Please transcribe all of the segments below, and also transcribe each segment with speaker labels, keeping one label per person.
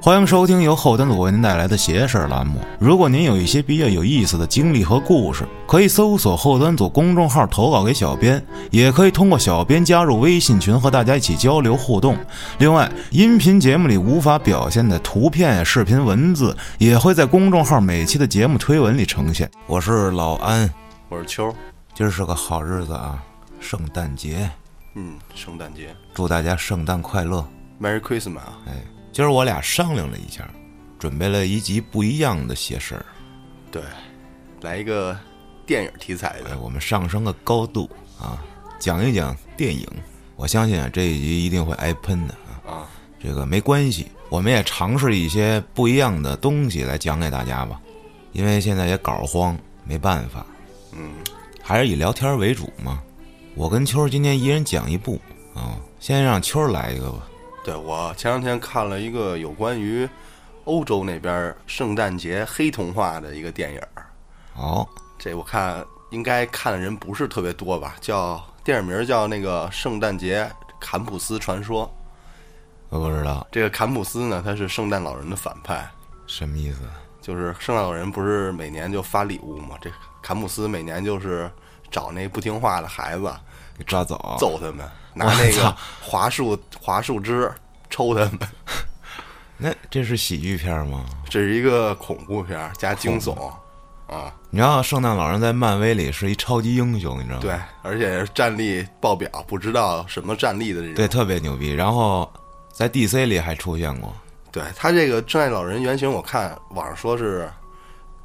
Speaker 1: 欢迎收听由后端组为您带来的“邪事儿”栏目。如果您有一些比较有意思的经历和故事，可以搜索后端组公众号投稿给小编，也可以通过小编加入微信群和大家一起交流互动。另外，音频节目里无法表现的图片、视频、文字，也会在公众号每期的节目推文里呈现。我是老安，
Speaker 2: 我是秋儿，
Speaker 1: 今儿是个好日子啊，圣诞节，
Speaker 2: 嗯，圣诞节
Speaker 1: 祝大家圣诞快乐。
Speaker 2: ，Merry Christmas，啊
Speaker 1: 哎，今儿我俩商量了一下，准备了一集不一样的邪事儿。
Speaker 2: 对，来一个电影题材
Speaker 1: 哎，
Speaker 2: 的，
Speaker 1: 我们上升个高度啊，讲一讲电影。我相信啊，这一集一定会挨喷的啊。
Speaker 2: 啊，
Speaker 1: 这个没关系，我们也尝试一些不一样的东西来讲给大家吧。因为现在也搞荒，没办法，
Speaker 2: 嗯，
Speaker 1: 还是以聊天为主嘛。我跟秋儿今天一人讲一部啊，先让秋儿来一个吧。
Speaker 2: 对我前两天看了一个有关于欧洲那边圣诞节黑童话的一个电影儿，
Speaker 1: 好，
Speaker 2: 这我看应该看的人不是特别多吧，叫电影名儿叫那个《圣诞节坎普斯传说》。
Speaker 1: 我不知道
Speaker 2: 这个坎普斯呢，他是圣诞老人的反派，
Speaker 1: 什么意思。
Speaker 2: 就是圣诞老人不是每年就发礼物吗？这坎普斯每年就是找那不听话的孩子，
Speaker 1: 给抓走，
Speaker 2: 揍他们，拿那
Speaker 1: 哦我
Speaker 2: 个
Speaker 1: 操
Speaker 2: 桦树桦树枝抽他们。
Speaker 1: 那这是喜剧片吗？
Speaker 2: 这是一个恐怖片儿加惊
Speaker 1: 哦
Speaker 2: 悚啊，
Speaker 1: 你知道圣诞老人在漫威里是一超级英雄，你知道吗？
Speaker 2: 对，而且是战力爆表，不知道什么战力的这种。
Speaker 1: 对，特别牛逼。然后在 DC 里还出现过，
Speaker 2: 对他这个圣诞老人原型，我看网上说是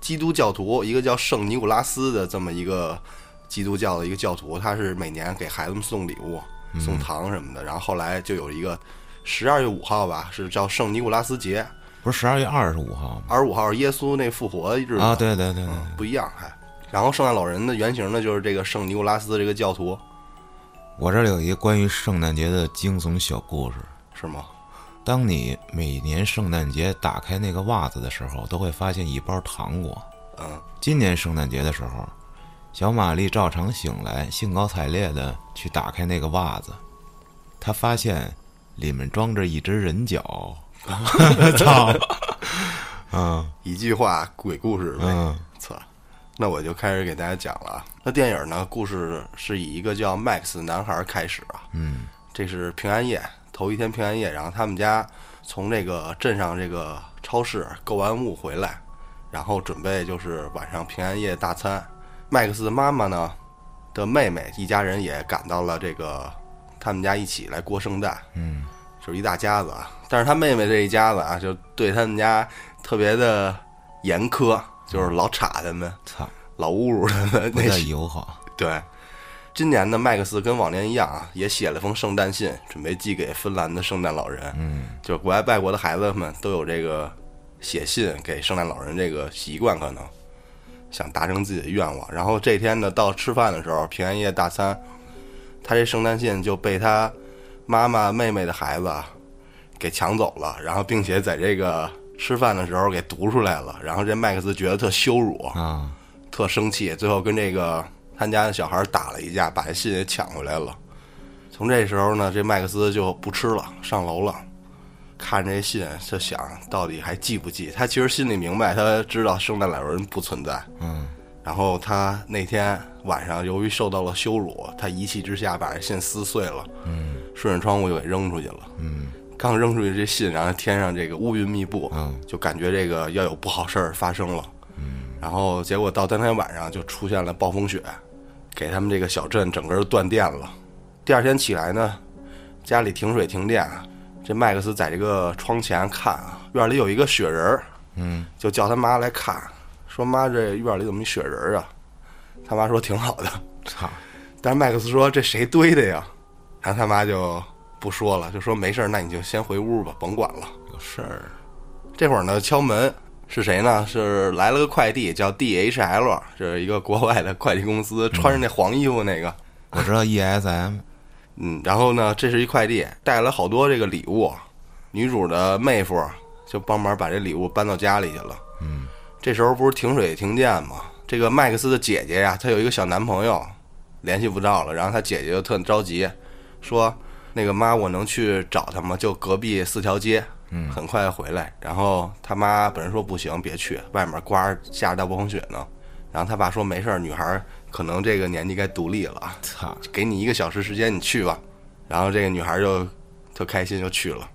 Speaker 2: 基督教徒，一个叫圣尼古拉斯的这么一个基督教的一个教徒，他是每年给孩子们送礼物、
Speaker 1: 嗯
Speaker 2: 送糖什么的。然后后来就有一个十二月五号吧，是叫圣尼古拉斯节，
Speaker 1: 不是十二月二十五号吗？
Speaker 2: 二十五号是耶稣那复活日子
Speaker 1: 啊，对对对对，
Speaker 2: 嗯不一样还。然后圣诞老人的原型呢，就是这个圣尼古拉斯这个教徒，
Speaker 1: 我这里有一个关于圣诞节的惊悚小故事。
Speaker 2: 是吗？
Speaker 1: 当你每年圣诞节打开那个袜子的时候，都会发现一包糖果。
Speaker 2: 嗯，
Speaker 1: 今年圣诞节的时候，小玛丽照常醒来，兴高采烈地去打开那个袜子，她发现里面装着一只人脚。 操！嗯
Speaker 2: 一句话鬼故事呗。
Speaker 1: 嗯，
Speaker 2: 操、那我就开始给大家讲了啊。那电影呢，故事是以一个叫 Max 的男孩开始啊。嗯，这是平安夜头一天平安夜，然后他们家从这个镇上这个超市购完物回来，然后准备就是晚上平安夜大餐。Max 的妈妈呢的妹妹一家人也赶到了这个他们家一起来过圣诞。嗯。就是一大家子啊，但是他妹妹这一家子啊，就对他们家特别的严苛，就是老插他们，
Speaker 1: 操，
Speaker 2: 老侮辱他们。
Speaker 1: 不太
Speaker 2: 那是
Speaker 1: 友好。
Speaker 2: 对，今年的麦克斯跟往年一样啊，也写了封圣诞信，准备寄给芬兰的圣诞老人。
Speaker 1: 嗯，
Speaker 2: 就是国外外国的孩子们都有这个写信给圣诞老人这个习惯，可能想达成自己的愿望。然后这天呢，到吃饭的时候，平安夜大餐，他这圣诞信就被他妈妈、妹妹的孩子啊给抢走了，然后并且在这个吃饭的时候给读出来了。然后这麦克斯觉得特羞辱，
Speaker 1: 啊，
Speaker 2: 特生气，最后跟这个他家的小孩打了一架，把这信也抢回来了。从这时候呢，这麦克斯就不吃了，上楼了。看这信，就想到底还记不记？他其实心里明白，他知道圣诞老人不存在。
Speaker 1: 嗯，
Speaker 2: 然后他那天晚上由于受到了羞辱，他一气之下把这信撕碎了，嗯，顺着窗户就给扔出去了，嗯，刚扔出去这信，然后天上这个乌云密布，
Speaker 1: 嗯，
Speaker 2: 就感觉这个要有不好事儿发生了，嗯，然后结果到当天晚上就出现了暴风雪，给他们这个小镇整个儿断电了。第二天起来呢，家里停水停电，这麦克斯在这个窗前看啊，院里有一个雪人儿，嗯，就叫他妈来看，说妈这院里怎么一雪人儿啊？他妈说挺好的，
Speaker 1: 操，
Speaker 2: 但是麦克斯说这谁堆的呀？然后他妈就不说了，就说没事儿，那你就先回屋吧，甭管了。
Speaker 1: 有事儿。
Speaker 2: 这会儿呢，敲门是谁呢？是来了个快递，叫 DHL，这是一个国外的快递公司，穿着那黄衣服那个。
Speaker 1: 我知道 E ESM，
Speaker 2: 嗯，然后呢，这是一快递，带了好多这个礼物，女主的妹夫就帮忙把这礼物搬到家里去了。嗯，这时候不是停水停电吗？这个麦克斯的姐姐呀、她有一个小男朋友，联系不到了，然后她姐姐就特着急，说那个妈，我能去找他吗？就隔壁四条街，嗯，很快回来。然后他妈本人说不行，别去，外面刮着下着大暴风雪呢。然后他爸说没事儿，女孩儿可能这个年纪该独立了，
Speaker 1: 操，
Speaker 2: 给你一个小时时间，你去吧。然后这个女孩儿就特开心，就去了。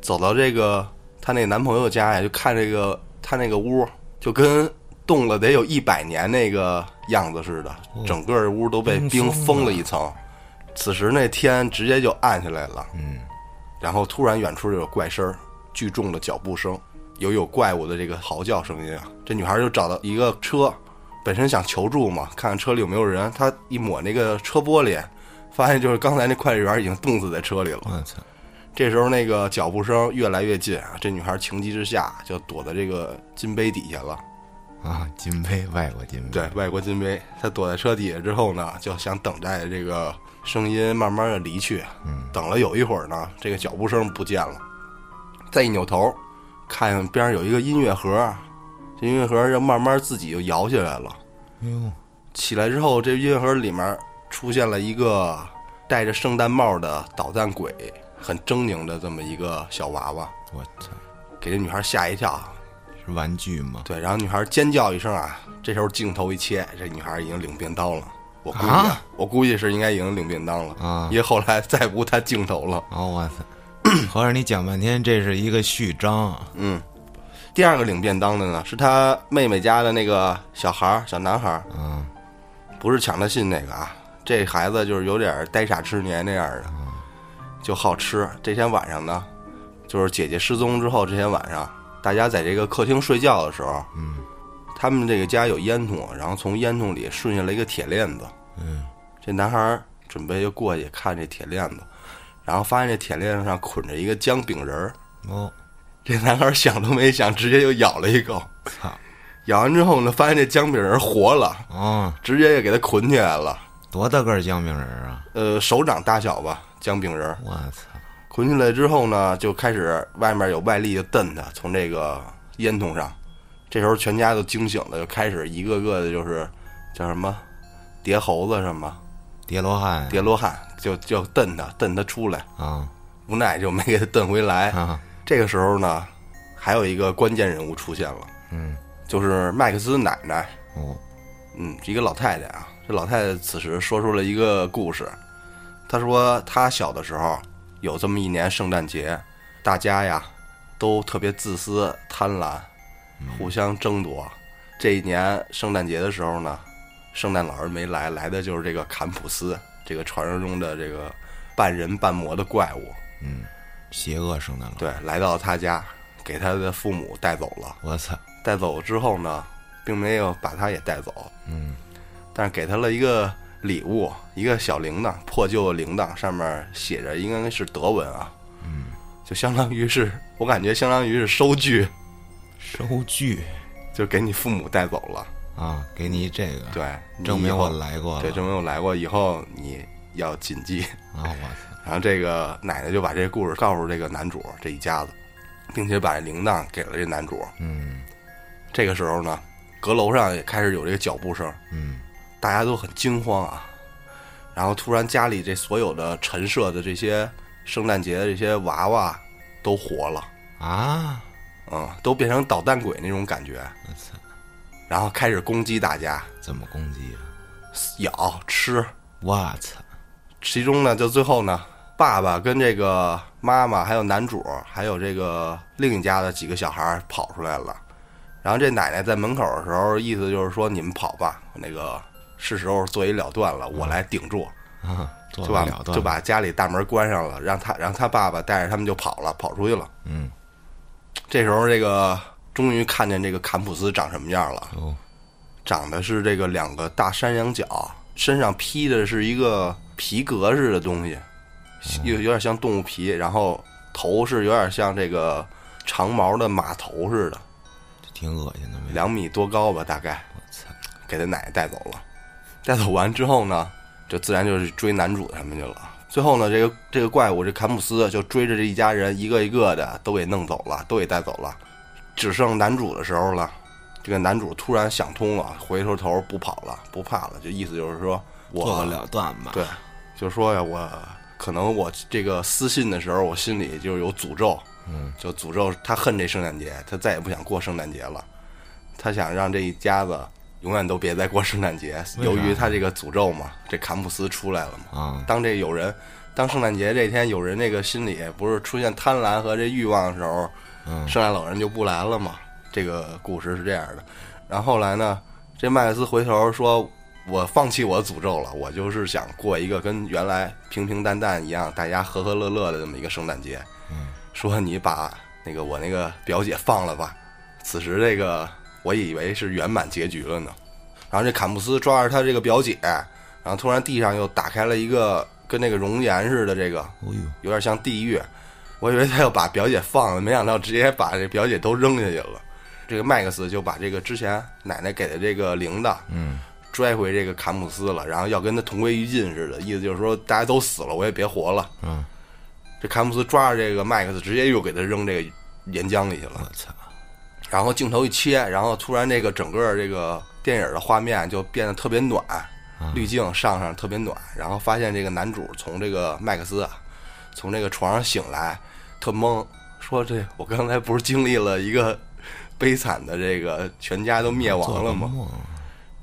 Speaker 2: 走到这个她那男朋友家呀，就看这个她那个屋，就跟冻了得有一百年那个样子似的，整个屋都被冰
Speaker 1: 冰封
Speaker 2: 封了一层。此时那天直接就暗下来了，嗯，然后突然远处就有怪声儿，聚众的脚步声，有有怪物的这个嚎叫声音啊。这女孩就找到一个车，本身想求助嘛，看看车里有没有人。她一抹那个车玻璃，发现就是刚才那快递员已经冻死在车里了。
Speaker 1: 我操，
Speaker 2: 这时候那个脚步声越来越近啊，这女孩情急之下就躲在这个金杯底下了。
Speaker 1: 啊，金杯，外国金杯，
Speaker 2: 对，外国金杯，她躲在车底下之后呢，就想等待这个声音慢慢的离去。嗯，等了有一会儿呢，这个脚步声不见了，再一扭头，看见边上有一个音乐盒，这音乐盒就慢慢自己就摇起来了。
Speaker 1: 哟，
Speaker 2: 起来之后，这音乐盒里面出现了一个戴着圣诞帽的捣蛋鬼，很狰狞的这么一个小娃娃，
Speaker 1: 我操，
Speaker 2: 给这女孩吓一跳。
Speaker 1: 是玩具吗？
Speaker 2: 对，然后女孩尖叫一声啊，这时候镜头一切，这女孩已经领便当了。我估计、
Speaker 1: 啊
Speaker 2: 我估计是应该已经领便当了，
Speaker 1: 啊
Speaker 2: 因为后来再无她镜头了。
Speaker 1: 哦，我操，合着你讲半天这是一个序章啊，
Speaker 2: 第二个领便当的呢，是她妹妹家的那个小孩儿，小男孩儿，
Speaker 1: 嗯，
Speaker 2: 不是抢她信那个啊，这孩子就是有点呆傻痴年那样的，就好吃。这天晚上呢，就是姐姐失踪之后，这天晚上大家在这个客厅睡觉的时候，嗯，他们这个家有烟囱，然后从烟囱里顺下来一个铁链子，嗯，这男孩儿准备就过去看这铁链子，然后发现这铁链子上捆着一个姜饼人儿，
Speaker 1: 哦，
Speaker 2: 这男孩想都没想，直接就咬了一口。
Speaker 1: 操，
Speaker 2: 咬完之后呢，发现这姜饼人活了，
Speaker 1: 哦，
Speaker 2: 直接就给他捆起来了。
Speaker 1: 多大个儿姜饼人儿啊，
Speaker 2: 呃，手掌大小吧，姜饼人
Speaker 1: 我操，
Speaker 2: 捆起来之后呢，就开始外面有外力就蹬他，从这个烟囱上。这时候全家都惊醒了，就开始一个个的就是叫什么叠猴子什么
Speaker 1: 叠罗汉
Speaker 2: 叠罗汉，就就蹬他，蹬他出来，
Speaker 1: 啊
Speaker 2: 无奈就没给他蹬回 来。
Speaker 1: 啊，
Speaker 2: 这个时候呢，还有一个关键人物出现了，
Speaker 1: 嗯，
Speaker 2: 就是麦克斯奶奶。
Speaker 1: 哦，
Speaker 2: 嗯，一个老太太啊，这老太太此时说出了一个故事。她说她小的时候有这么一年圣诞节，大家呀都特别自私贪婪，互相争夺。这一年圣诞节的时候呢，圣诞老人没来，来的就是这个坎普斯，这个传说中的这个半人半魔的怪物。
Speaker 1: 邪恶圣诞老人，
Speaker 2: 对，来到他家，给他的父母带走了。
Speaker 1: 我操，
Speaker 2: 带走之后呢，并没有把他也带走，嗯，但是给他了一个礼物，一个小铃铛，破旧的铃铛，上面写着应该是德文啊，嗯，就相当于是我感觉相当于是收据，
Speaker 1: 收据
Speaker 2: 就给你父母带走了，
Speaker 1: 啊，给你这个，
Speaker 2: 对，你
Speaker 1: 证
Speaker 2: 以
Speaker 1: 明
Speaker 2: 后
Speaker 1: 我来过了，
Speaker 2: 对，证明我来过，以后你要谨记。
Speaker 1: 啊，我
Speaker 2: 然后这个奶奶就把这故事告诉这个男主这一家子，并且把这铃铛给了这男主。嗯，这个时候呢，阁楼上也开始有这个脚步声。嗯，大家都很惊慌啊。然后突然家里这所有的陈设的这些圣诞节的这些娃娃都活了，
Speaker 1: 操啊，
Speaker 2: 嗯，都变成捣蛋鬼那种感觉，
Speaker 1: 我操，
Speaker 2: 然后开始攻击大家，
Speaker 1: 怎么攻击啊？
Speaker 2: 咬吃，
Speaker 1: 我操，
Speaker 2: 其中呢，就最后呢，爸爸跟这个妈妈，还有男主，还有这个另一家的几个小孩儿跑出来了。然后这奶奶在门口的时候，意思就是说你们跑吧，那个是时候做一了断了，我来顶住，
Speaker 1: 啊，做不
Speaker 2: 就把
Speaker 1: 了断，
Speaker 2: 就把家里大门关上了，让他让他爸爸带着他们就跑了，跑出去了。
Speaker 1: 嗯，
Speaker 2: 这时候这个终于看见这个坎普斯长什么样了，
Speaker 1: 哦，
Speaker 2: 长的是这个两个大山羊角，身上披的是一个皮革似的东西，
Speaker 1: 哦
Speaker 2: 有有点像动物皮，然后头是有点像这个长毛的马头似的，
Speaker 1: 挺恶心的，没
Speaker 2: 两米多高吧，大概
Speaker 1: 我操，
Speaker 2: 给他奶奶带走了。带走完之后呢，就自然就是追男主他们去了。最后呢，这个这个怪物这坎普斯就追着这一家人一个一个的都给弄走了，都给带走了，只剩男主的时候了。这个男主突然想通了，回头头不跑了，不怕了，就意思就是说我
Speaker 1: 做不了断吧？
Speaker 2: 对，就说呀，我可能我这个私信的时候，我心里就有诅咒，嗯，就诅咒他恨这圣诞节，他再也不想过圣诞节了，他想让这一家子永远都别再过圣诞节。由于他这个诅咒嘛，这坎普斯出来了嘛，
Speaker 1: 啊，
Speaker 2: 当这有人，当圣诞节这天有人这个心里不是出现贪婪和这欲望的时候，
Speaker 1: 嗯
Speaker 2: 圣诞老人就不来了嘛。这个故事是这样的。然后后来呢，这麦克斯回头说：“我放弃我的诅咒了，我就是想过一个跟原来平平淡淡一样，大家和和乐乐的这么一个圣诞节。”说你把那个我那个表姐放了吧。此时这个我以为是圆满结局了呢。然后这坎布斯抓着他这个表姐，然后突然地上又打开了一个跟那个熔岩似的，这个
Speaker 1: 哦呦，
Speaker 2: 有点像地狱。我以为他要把表姐放了，没想到直接把这表姐都扔下去了。这个麦克斯就把这个之前奶奶给的这个铃铛，嗯，拽回这个坎普斯了，然后要跟他同归于尽似的，意思就是说大家都死了，我也别活了。
Speaker 1: 嗯，
Speaker 2: 这坎普斯抓着这个麦克斯，直接又给他扔这个岩浆里去了。
Speaker 1: 我操，
Speaker 2: 然后镜头一切，然后突然这个整个这个电影的画面就变得特别暖，滤镜上上特别暖，然后发现这个男主从这个麦克斯啊，从这个床上醒来，特懵，说这我刚才不是经历了一个悲惨的这个全家都灭亡了吗？
Speaker 1: 做梦？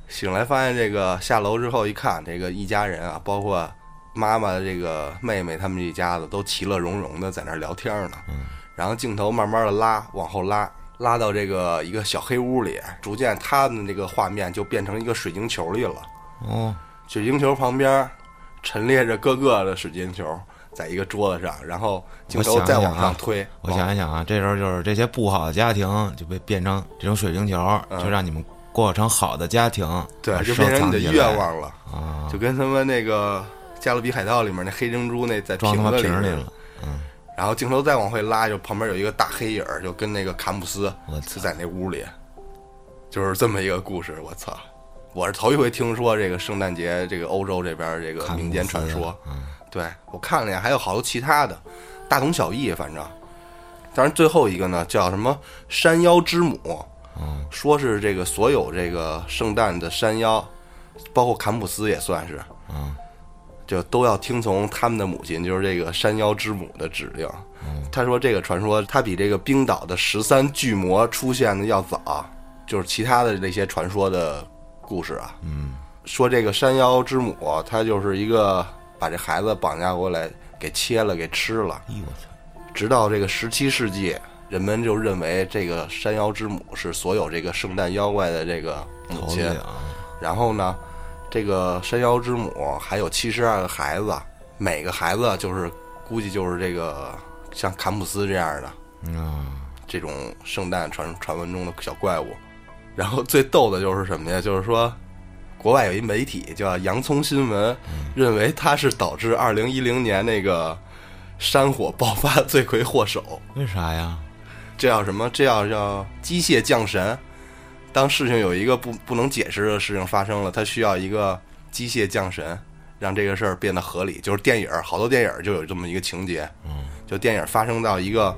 Speaker 2: 醒来发现这个下楼之后一看，这个一家人啊，包括妈妈的这个妹妹他们一家子都其乐融融的在那儿聊天呢。
Speaker 1: 嗯
Speaker 2: 然后镜头慢慢的拉，往后拉，拉到这个一个小黑屋里，逐渐他们这个画面就变成一个水晶球里了。
Speaker 1: 哦，
Speaker 2: 水晶球旁边陈列着各个的水晶球，在一个桌子上，然后镜头
Speaker 1: 我想
Speaker 2: 再
Speaker 1: 想
Speaker 2: 往上
Speaker 1: 啊
Speaker 2: 推。
Speaker 1: 我想一想啊，这时候就是这些不好的家庭就被变成这种水晶球，就让你们过成好的家庭，
Speaker 2: 嗯对，
Speaker 1: 把
Speaker 2: 就
Speaker 1: 收
Speaker 2: 变成
Speaker 1: 藏
Speaker 2: 你的
Speaker 1: 起来
Speaker 2: 愿望了，
Speaker 1: 啊，
Speaker 2: 就跟他们那个《加勒比海盗》里面那黑珍珠那在
Speaker 1: 装他妈
Speaker 2: 子
Speaker 1: 瓶儿里
Speaker 2: 面
Speaker 1: 了，
Speaker 2: 然后镜头再往回拉，就旁边有一个大黑影儿，就跟那个坎普斯
Speaker 1: 我
Speaker 2: 就
Speaker 1: 操，
Speaker 2: 在那屋里，就是这么一个故事。我操，我是头一回听说这个圣诞节，这个欧洲这边这个
Speaker 1: 坎普斯
Speaker 2: 民间传说。
Speaker 1: 嗯
Speaker 2: 对我看了呀，还有好多其他的，大同小异，反正。当然，最后一个呢叫什么“山妖之母”，说是这个所有这个圣诞的山妖，包括坎普斯也算是，
Speaker 1: 嗯
Speaker 2: 就都要听从他们的母亲，就是这个山妖之母的指令。他说这个传说，它比这个冰岛的十三巨魔出现的要早，就是其他的那些传说的故事啊。
Speaker 1: 嗯，
Speaker 2: 说这个山妖之母，她就是一个把这孩子绑架过来，给切了，给吃了。
Speaker 1: 咦哎我操，
Speaker 2: 直到这个十七世纪，人们就认为这个山妖之母是所有这个圣诞妖怪的这个母
Speaker 1: 头
Speaker 2: 亲。
Speaker 1: 里啊，
Speaker 2: 然后呢，这个山妖之母还有七十二个孩子，每个孩子就是估计就是这个像坎普斯这样的
Speaker 1: 嗯
Speaker 2: 这种圣诞传传闻中的小怪物。然后最逗的就是什么呀？就是说，国外有一媒体叫洋葱新闻，认为它是导致二零一零年那个山火爆发的罪魁祸首。
Speaker 1: 为啥呀？
Speaker 2: 这叫什么？这叫叫机械降神。当事情有一个不不能解释的事情发生了，它需要一个机械降神，让这个事儿变得合理。就是电影儿，好多电影儿就有这么一个情节，
Speaker 1: 嗯
Speaker 2: 就电影发生到一个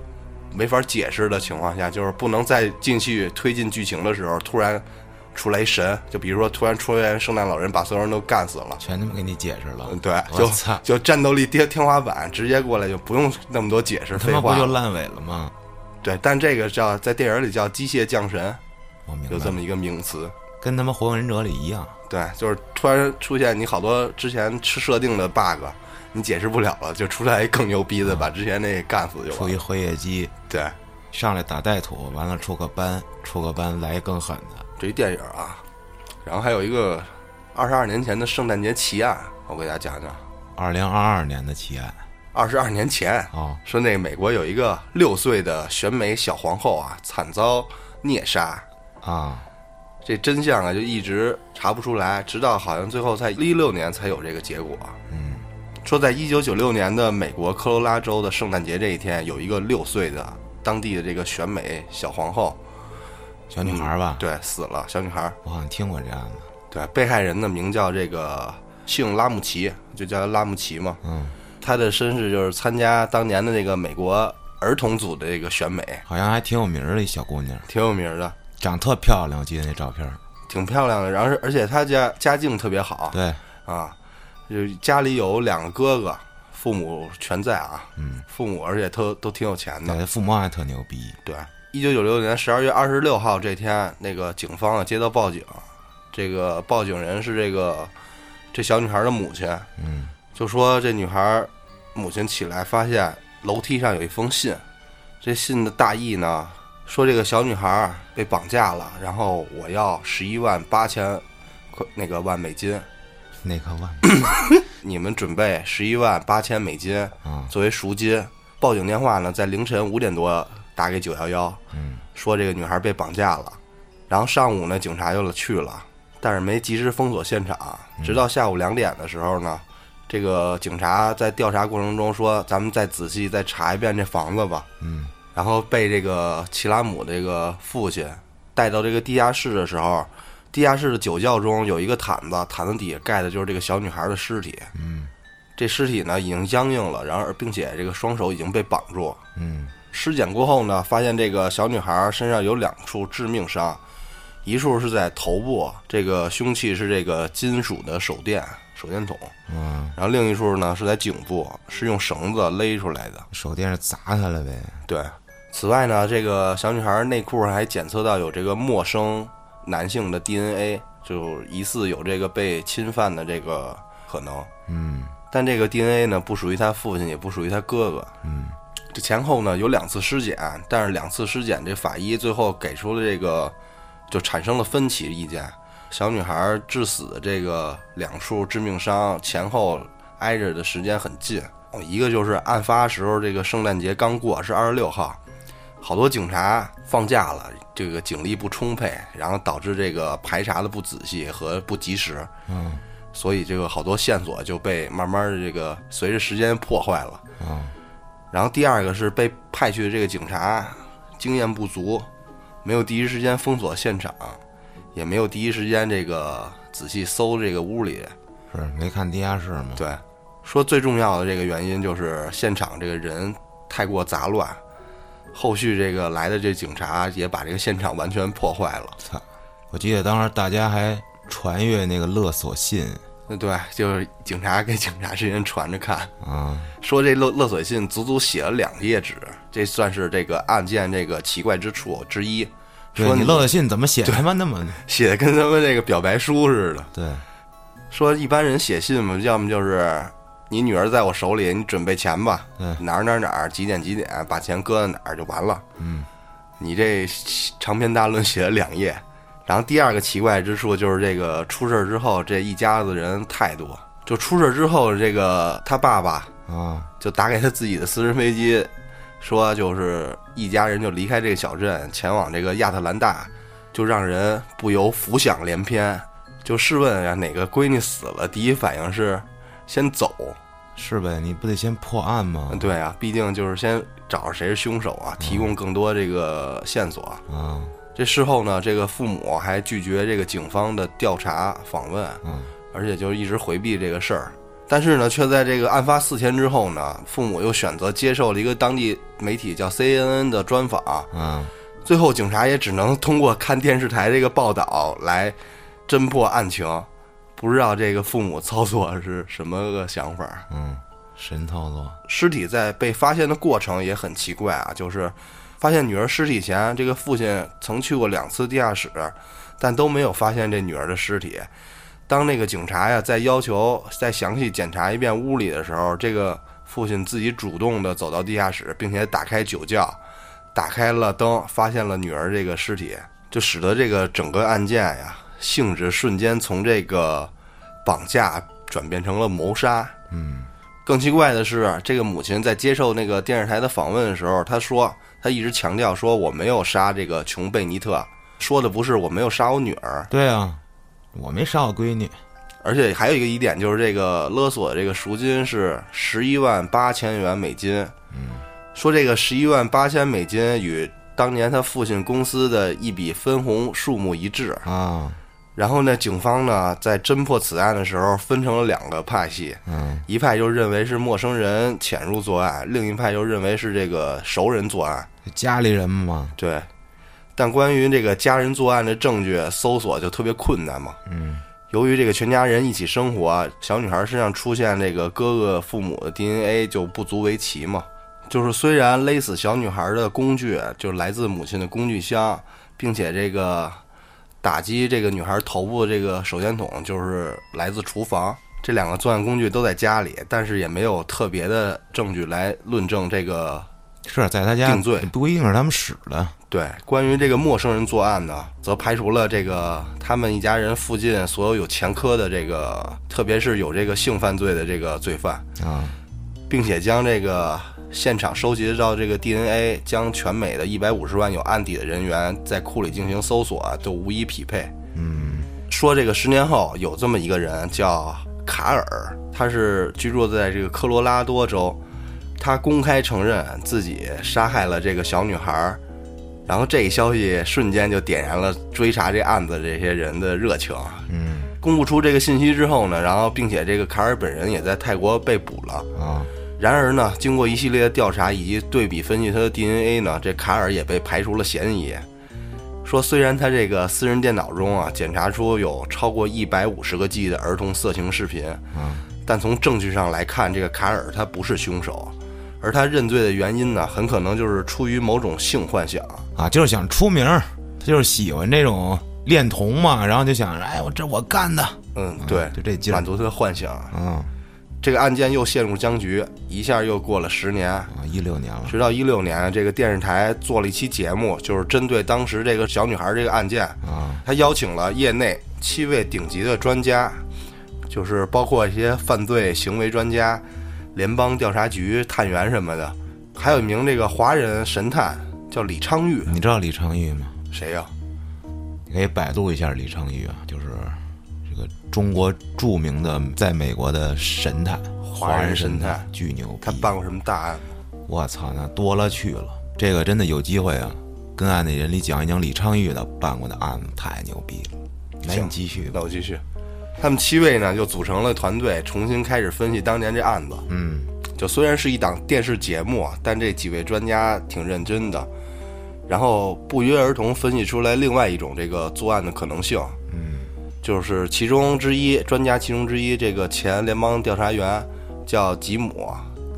Speaker 2: 没法解释的情况下，就是不能再继续推进剧情的时候，突然出来一神，就比如说突然出现圣诞老人把所有人都干死了。
Speaker 1: 全他妈给你解释了
Speaker 2: 嗯，，对，
Speaker 1: 我
Speaker 2: 就
Speaker 1: 操
Speaker 2: 就战斗力跌天花板，直接过来就不用那么多解释，
Speaker 1: 他
Speaker 2: 废
Speaker 1: 妈不
Speaker 2: 话
Speaker 1: 就
Speaker 2: 了。
Speaker 1: 烂尾了吗？
Speaker 2: 对，但这个叫在电影里叫机械降神，
Speaker 1: 我明白
Speaker 2: 有
Speaker 1: 了，
Speaker 2: 这么一个名词。
Speaker 1: 跟他妈《火影忍者》里一样，
Speaker 2: 对，就是突然出现你好多之前设定的 bug，你解释不了了，就出来一更牛逼的，把之前那干死就
Speaker 1: 出
Speaker 2: 完
Speaker 1: 一
Speaker 2: 了。
Speaker 1: 灰夜姬
Speaker 2: 对，
Speaker 1: 上来打带土，完了出个斑，出个斑来更狠的，
Speaker 2: 这一电影啊，然后还有一个二十二年前的圣诞节奇案，我给大家讲讲。
Speaker 1: 二零二二年的奇案
Speaker 2: 二十二年前，
Speaker 1: 哦，
Speaker 2: 说那美国有一个六岁的选美小皇后啊，惨遭虐杀，
Speaker 1: 啊，
Speaker 2: 这真相啊就一直查不出来，直到好像最后在一六年才有这个结果。嗯，说在一九九六年的美国科罗拉州的圣诞节这一天，有一个六岁的当地的这个选美小皇后，
Speaker 1: 小女孩吧，
Speaker 2: 嗯对，死了，小女孩儿，
Speaker 1: 我好像听过这案子，
Speaker 2: 对，被害人呢名叫这个姓拉姆齐，就叫拉姆齐嘛。
Speaker 1: 嗯，
Speaker 2: 她的身世就是参加当年的那个美国儿童组的这个选美，
Speaker 1: 好像还挺有名儿的一小姑娘，
Speaker 2: 挺有名儿的，
Speaker 1: 长特漂亮，我记得那照片儿，
Speaker 2: 挺漂亮的。然后是而且她家家境特别好，
Speaker 1: 对，
Speaker 2: 啊，就是家里有两个哥哥，父母全在啊，嗯，父母而且都都挺有钱的，
Speaker 1: 对，父母还特牛 逼，
Speaker 2: 对，一九九六年十二月二十六号这天，那个警方啊接到报警，这个报警人是这个这小女孩的母亲，
Speaker 1: 嗯，
Speaker 2: 就说这女孩母亲起来发现楼梯上有一封信，这信的大意呢，说这个小女孩被绑架了，然后我要十一万八千块那个万美金，
Speaker 1: 那个万
Speaker 2: 你们准备十一万八千美金
Speaker 1: 啊，
Speaker 2: 作为赎金。报警电话呢，在凌晨五点多打给九幺幺，
Speaker 1: 嗯，
Speaker 2: 说这个女孩被绑架了。然后上午呢，警察就去了，但是没及时封锁现场。
Speaker 1: 嗯
Speaker 2: 直到下午两点的时候呢，这个警察在调查过程中说：“咱们再仔细再查一遍这房子吧。”
Speaker 1: 嗯，
Speaker 2: 然后被这个齐拉姆这个父亲带到这个地下室的时候，地下室的酒窖中有一个毯子，毯子底下盖的就是这个小女孩的尸体。
Speaker 1: 嗯，
Speaker 2: 这尸体呢已经僵硬了，然而并且这个双手已经被绑住。
Speaker 1: 嗯
Speaker 2: 尸检过后呢，发现这个小女孩身上有两处致命伤，一处是在头部，这个凶器是这个金属的手电、手电筒，
Speaker 1: 嗯，
Speaker 2: 然后另一处呢是在颈部，是用绳子勒出来的。
Speaker 1: 手电是砸他了呗，
Speaker 2: 对，此外呢，这个小女孩内裤上还检测到有这个陌生男性的 DNA，就疑似有这个被侵犯的这个可能。
Speaker 1: 嗯
Speaker 2: 但这个 DNA 呢，不属于他父亲，也不属于他哥哥。
Speaker 1: 嗯
Speaker 2: 这前后呢有两次尸检，但是两次尸检这法医最后给出了这个，就产生了分歧意见。小女孩致死的这个两处致命伤前后挨着的时间很近，哦一个就是案发时候这个圣诞节刚过是二十六号，好多警察放假了，这个警力不充沛，然后导致这个排查的不仔细和不及时，
Speaker 1: 嗯
Speaker 2: 所以这个好多线索就被慢慢的这个随着时间破坏了。
Speaker 1: 嗯
Speaker 2: 然后第二个是被派去的这个警察经验不足，没有第一时间封锁现场，也没有第一时间这个仔细搜这个屋里。
Speaker 1: 是没看地下室吗？
Speaker 2: 对，说最重要的这个原因就是现场这个人太过杂乱，后续这个来的这警察也把这个现场完全破坏了。
Speaker 1: 操！我记得当时大家还传阅那个勒索信
Speaker 2: 那对，就是警察给警察之间传着看，
Speaker 1: 啊，
Speaker 2: 说这勒勒索信足足写了两页纸，这算是这个案件这个奇怪之处之一。
Speaker 1: 对
Speaker 2: 说
Speaker 1: 你勒索信怎么写他妈那 么
Speaker 2: 写的跟他们这个表白书似的。
Speaker 1: 对
Speaker 2: 说一般人写信嘛，要么就是你女儿在我手里，你准备钱吧，
Speaker 1: 嗯
Speaker 2: 哪儿哪儿哪儿几点几点把钱搁在哪儿就完了。
Speaker 1: 嗯，
Speaker 2: 你这长篇大论写了两页，然后第二个奇怪之处就是这个出事儿之后，这一家子人态度，就出事儿之后，这个他爸爸
Speaker 1: 啊
Speaker 2: 就打给他自己的私人飞机，说就是一家人就离开这个小镇，前往这个亚特兰大，就让人不由浮想联翩。就试问啊，哪个闺女死了，第一反应是先走？
Speaker 1: 是呗？你不得先破案吗
Speaker 2: 嗯，？对啊，毕竟就是先找着谁是凶手啊，提供更多这个线索。
Speaker 1: 啊
Speaker 2: 这事后呢，这个父母还拒绝这个警方的调查访问，
Speaker 1: 嗯
Speaker 2: 而且就一直回避这个事儿。但是呢，却在这个案发四天之后呢，父母又选择接受了一个当地媒体叫 CNN 的专访。
Speaker 1: 啊
Speaker 2: 最后，警察也只能通过看电视台这个报道来侦破案情。不知道这个父母操作是什么个想法儿。
Speaker 1: 嗯，神操作，
Speaker 2: 尸体在被发现的过程也很奇怪啊，就是发现女儿尸体前，这个父亲曾去过两次地下室，但都没有发现这女儿的尸体。当那个警察呀再要求再详细检查一遍屋里的时候，这个父亲自己主动的走到地下室，并且打开酒窖，打开了灯，发现了女儿这个尸体，就使得这个整个案件呀性质瞬间从这个绑架转变成了谋杀。更奇怪的是，啊这个母亲在接受那个电视台的访问的时候，她说，她一直强调说我没有杀这个琼贝尼特，说的不是我没有杀我女儿，
Speaker 1: 对啊，我没杀我闺女，
Speaker 2: 而且还有一个疑点就是这个勒索这个赎金是十一万八千元美金，嗯，说这个十一万八千美金与当年他父亲公司的一笔分红数目一致，
Speaker 1: 啊，
Speaker 2: 然后呢，警方呢在侦破此案的时候分成了两个派系，
Speaker 1: 嗯
Speaker 2: 一派就认为是陌生人潜入作案，另一派就认为是这个熟人作案。
Speaker 1: 家里人嘛，
Speaker 2: 对，但关于这个家人作案的证据搜索就特别困难嘛。
Speaker 1: 嗯，
Speaker 2: 由于这个全家人一起生活啊，小女孩身上出现这个哥哥父母的 DNA 就不足为奇嘛。就是虽然勒死小女孩的工具就是来自母亲的工具箱，并且这个打击这个女孩头部的这个手电筒就是来自厨房，这两个作案工具都在家里，但是也没有特别的证据来论证这个
Speaker 1: 是在他家
Speaker 2: 定罪
Speaker 1: 不一定是他们使的。
Speaker 2: 对，关于这个陌生人作案呢，则排除了这个他们一家人附近所有有前科的这个，特别是有这个性犯罪的这个罪犯
Speaker 1: 啊，
Speaker 2: 并且将这个现场收集到这个 DNA，将全美的一百五十万有案底的人员在库里进行搜索啊，都无一匹配。说这个十年后有这么一个人叫卡尔，他是居住在这个科罗拉多州，他公开承认自己杀害了这个小女孩儿，然后这一消息瞬间就点燃了追查这案子这些人的热情。啊
Speaker 1: 嗯
Speaker 2: 公布出这个信息之后呢，然后并且这个卡尔本人也在泰国被捕了。
Speaker 1: 啊，
Speaker 2: 然而呢，经过一系列的调查以及对比分析他的 DNA 呢，这卡尔也被排除了嫌疑。说虽然他这个私人电脑中啊检查出有超过一百五十个 G 的儿童色情视频，但从证据上来看，这个卡尔他不是凶手，而他认罪的原因呢，很可能就是出于某种性幻想。
Speaker 1: 啊，就是想出名儿，他就是喜欢这种恋童嘛，然后就想着，哎，我这我干的，啊
Speaker 2: 嗯，对，
Speaker 1: 就这劲儿
Speaker 2: 满足他的幻想。
Speaker 1: 啊
Speaker 2: 这个案件又陷入僵局，一下又过了十年，
Speaker 1: 啊，一六年了
Speaker 2: 直到一六年，这个电视台做了一期节目，就是针对当时这个小女孩这个案件，
Speaker 1: 啊，
Speaker 2: 他邀请了业内七位顶级的专家，就是包括一些犯罪行为专家、联邦调查局探员什么的，还有一名这个华人神探叫李昌钰，
Speaker 1: 你知道李昌钰吗？
Speaker 2: 谁呀、
Speaker 1: 你可以百度一下李昌钰啊，就是这个中国著名的在美国的神探，
Speaker 2: 华
Speaker 1: 华
Speaker 2: 人神
Speaker 1: 神
Speaker 2: 探
Speaker 1: 巨牛
Speaker 2: 他
Speaker 1: 逼，
Speaker 2: 办过什么大案？
Speaker 1: 我操，那多了去了，这个真的有机会啊，跟案内人里讲一讲李昌钰的办过的案子，太牛逼了。来，
Speaker 2: 行
Speaker 1: 你继续吧。
Speaker 2: 那我继续。他们七位呢，就组成了团队，重新开始分析当年这案子。
Speaker 1: 嗯，
Speaker 2: 就虽然是一档电视节目啊，但这几位专家挺认真的，然后不约而同分析出来另外一种这个作案的可能性。嗯，就是其中之一，专家其中之一，这个前联邦调查员叫吉姆，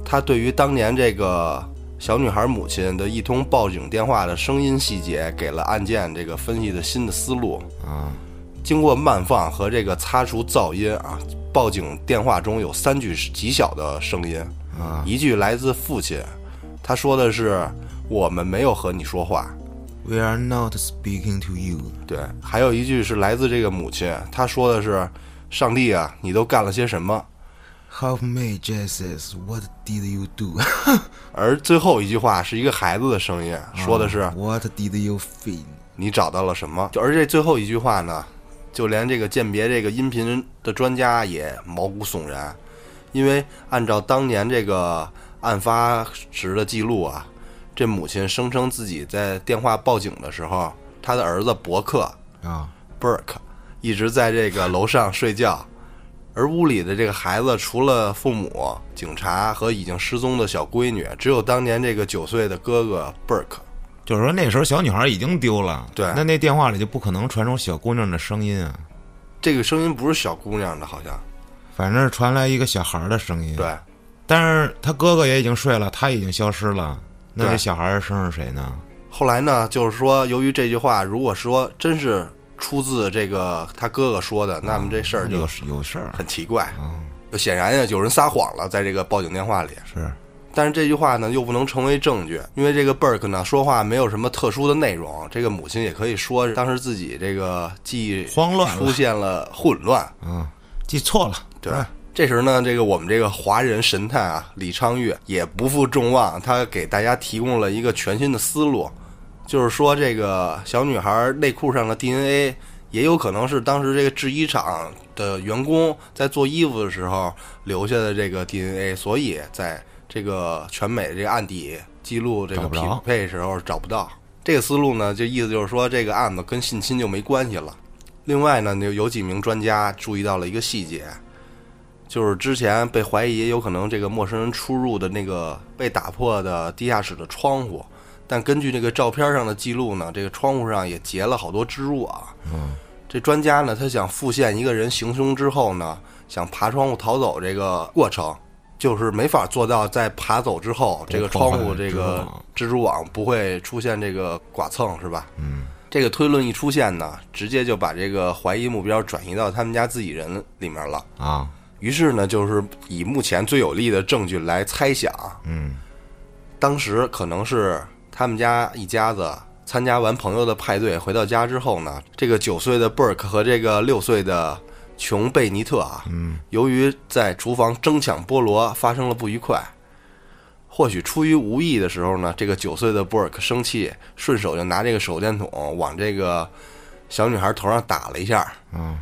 Speaker 2: 他对于当年这个小女孩母亲的一通报警电话的声音细节，给了案件这个分析的新的思路。
Speaker 1: 啊，
Speaker 2: 经过慢放和这个擦除噪音啊，报警电话中有三句极小的声音，
Speaker 1: 啊
Speaker 2: 一句来自父亲，他说的是“我们没有和你说话
Speaker 1: ，We are not speaking to you。”，
Speaker 2: 对，还有一句是来自这个母亲，她说的是“上帝啊，你都干了些什么
Speaker 1: Help me, Jesus. What did you do? ”，
Speaker 2: 而最后一句话是一个孩子的声音，说的是
Speaker 1: What did you feel?
Speaker 2: 你找到了什么？就而这最后一句话呢，就连这个鉴别这个音频的专家也毛骨悚然，因为按照当年这个案发时的记录啊，这母亲声称自己在电话报警的时候，她的儿子伯克
Speaker 1: 啊
Speaker 2: Burke 一直在这个楼上睡觉，而屋里的这个孩子除了父母、警察和已经失踪的小闺女，只有当年这个九岁的哥哥 Burke。
Speaker 1: 就是说那时候小女孩已经丢了，
Speaker 2: 对
Speaker 1: 那那电话里就不可能传出小姑娘的声音啊，
Speaker 2: 这个声音不是小姑娘的，好像
Speaker 1: 反正是传来一个小孩儿的声音。，
Speaker 2: 对。
Speaker 1: 但是他哥哥也已经睡了，他已经消失了，那
Speaker 2: 对
Speaker 1: 这小孩儿的声是谁呢？
Speaker 2: 后来呢，就是说，由于这句话，如果说真是出自这个他哥哥说的，那么这事儿就
Speaker 1: 有有事儿
Speaker 2: 很奇怪。
Speaker 1: 啊，
Speaker 2: 就显然呀，有人撒谎了，在这个报警电话里。
Speaker 1: 是
Speaker 2: 但是这句话呢，又不能成为证据，因为这个 Burke 呢说话没有什么特殊的内容。这个母亲也可以说，当时自己这个记忆
Speaker 1: 慌乱了
Speaker 2: 出现了混乱。
Speaker 1: 啊，记错了。
Speaker 2: 对，这时呢，这个我们这个华人神探啊，李昌钰也不负众望，他给大家提供了一个全新的思路，就是说这个小女孩内裤上的 DNA 也有可能是当时这个制衣厂的员工在做衣服的时候留下的这个 DNA，所以在这个全美这个案底记录这个
Speaker 1: 找不
Speaker 2: 匹
Speaker 1: 着
Speaker 2: 配时候找不到。这个思路呢，就意思就是说这个案子跟性侵就没关系了。另外呢，有有几名专家注意到了一个细节，就是之前被怀疑有可能这个陌生人出入的那个被打破的地下室的窗户，但根据这个照片上的记录呢，这个窗户上也结了好多蜘蛛网。嗯，这专家呢，他想复现一个人行凶之后呢，想爬窗户逃走这个过程，就是没法做到在爬走之后，这个窗户这个蜘蛛网不会出现这个剐蹭，是吧？
Speaker 1: 嗯，
Speaker 2: 这个推论一出现呢，直接就把这个怀疑目标转移到他们家自己人里面了。
Speaker 1: 啊，
Speaker 2: 于是呢，就是以目前最有力的证据来猜想，
Speaker 1: 嗯，
Speaker 2: 当时可能是他们家一家子参加完朋友的派对，回到家之后呢，这个九岁的贝尔克和这个六岁的琼贝尼特啊，
Speaker 1: 嗯，
Speaker 2: 由于在厨房争抢菠萝发生了不愉快，或许出于无意的时候呢，这个九岁的布尔克生气，顺手就拿这个手电筒往这个小女孩头上打了一下，
Speaker 1: 嗯，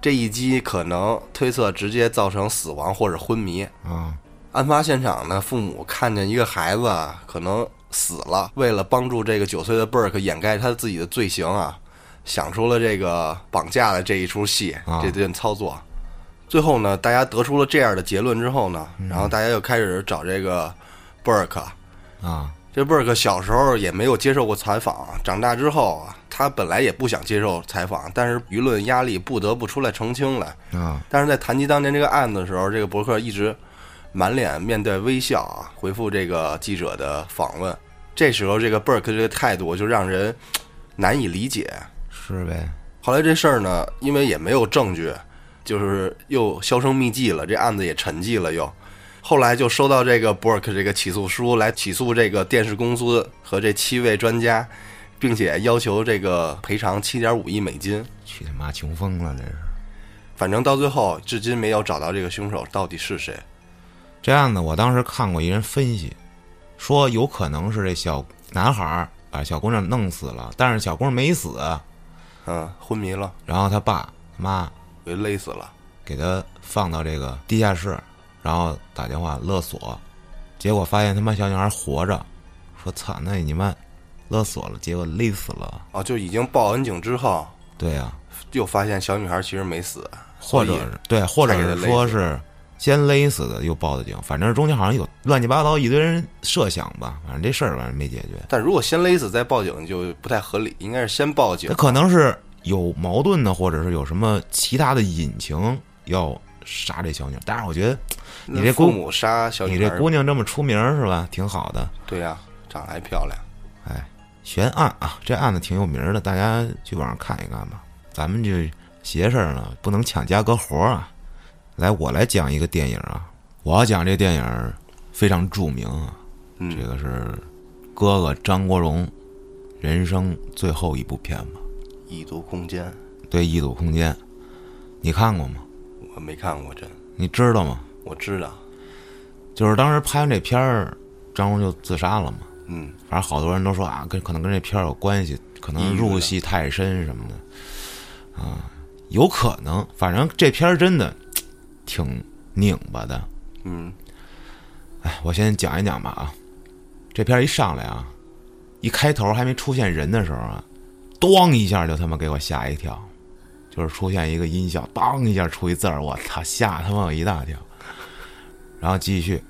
Speaker 2: 这一击可能推测直接造成死亡或者昏迷，
Speaker 1: 啊，
Speaker 2: 案发现场呢，父母看见一个孩子啊可能死了，为了帮助这个九岁的贝尔克掩盖他自己的罪行啊，想出了这个绑架的这一出戏
Speaker 1: 啊，
Speaker 2: 这顿操作。最后呢，大家得出了这样的结论之后呢，然后大家又开始找这个贝尔克。
Speaker 1: 啊，
Speaker 2: 这贝尔克小时候也没有接受过采访，长大之后啊，他本来也不想接受采访，但是舆论压力不得不出来澄清来。
Speaker 1: 啊，
Speaker 2: 但是在谈及当年这个案子的时候，这个博客一直满脸面带微笑啊，回复这个记者的访问。这时候，这个 Burke 这个态度就让人难以理解。
Speaker 1: 是呗，
Speaker 2: 后来这事儿呢，因为也没有证据，就是又销声匿迹了，这案子也沉寂了又。后来就收到这个 Burke 这个起诉书，来起诉这个电视公司和这七位专家，并且要求这个赔偿七点五亿美金。
Speaker 1: 去他妈穷疯了，这是。
Speaker 2: 反正到最后，至今没有找到这个凶手到底是谁。
Speaker 1: 这案子我当时看过一人分析，说有可能是这小男孩儿把小姑娘弄死了，但是小姑娘没死，
Speaker 2: 嗯，昏迷了，
Speaker 1: 然后他爸妈
Speaker 2: 给勒死了。
Speaker 1: 给他放到这个地下室，然后打电话勒索，结果发现他妈小女孩活着，说操，那你们勒索了，结果勒死了，
Speaker 2: 哦，就已经报完警之后，
Speaker 1: 对啊呀、
Speaker 2: 又发现小女孩其实没死，
Speaker 1: 或者
Speaker 2: 所以
Speaker 1: 是对，或者
Speaker 2: 才给他
Speaker 1: 是
Speaker 2: 勒
Speaker 1: 说
Speaker 2: 死
Speaker 1: 是先勒死的，又报的警，反正中间好像有乱七八糟一堆人设想吧，反正这事儿反正没解决。
Speaker 2: 但如果先勒死再报警就不太合理，应该是先报警
Speaker 1: 他。可能是有矛盾呢，或者是有什么其他的隐情要杀这小女。但是我觉得
Speaker 2: 那
Speaker 1: 你这
Speaker 2: 父
Speaker 1: 姑
Speaker 2: 母杀小
Speaker 1: 你
Speaker 2: 女
Speaker 1: 这
Speaker 2: 孩，
Speaker 1: 姑娘这么出名儿是吧，挺好的。
Speaker 2: 对呀、长得还漂亮。
Speaker 1: 悬案啊，这案子挺有名儿的，大家去网上看一看吧。咱们这邪事儿呢，不能抢家哥活儿啊。来，我来讲一个电影啊，我要讲这电影儿非常著名啊，这
Speaker 2: 嗯，
Speaker 1: 个是哥哥张国荣人生最后一部片吧，
Speaker 2: 异族空间
Speaker 1: 对，《异度空间》，你看过吗？
Speaker 2: 我没看过，真
Speaker 1: 你知道吗？
Speaker 2: 我知道。
Speaker 1: 就是当时拍完这片儿，张荣就自杀了嘛。
Speaker 2: 嗯，
Speaker 1: 反正好多人都说啊，跟可能跟这片儿有关系，可能入戏太深什么的，啊、啊有可能。反正这片儿真的挺拧巴的。
Speaker 2: 嗯，
Speaker 1: 哎，我先讲一讲吧啊，这片儿一上来啊，一开头还没出现人的时候啊，咣一下就他妈给我吓一跳，就是出现一个音效，当一下出一字儿，我操，吓他妈我一大跳。然后继续，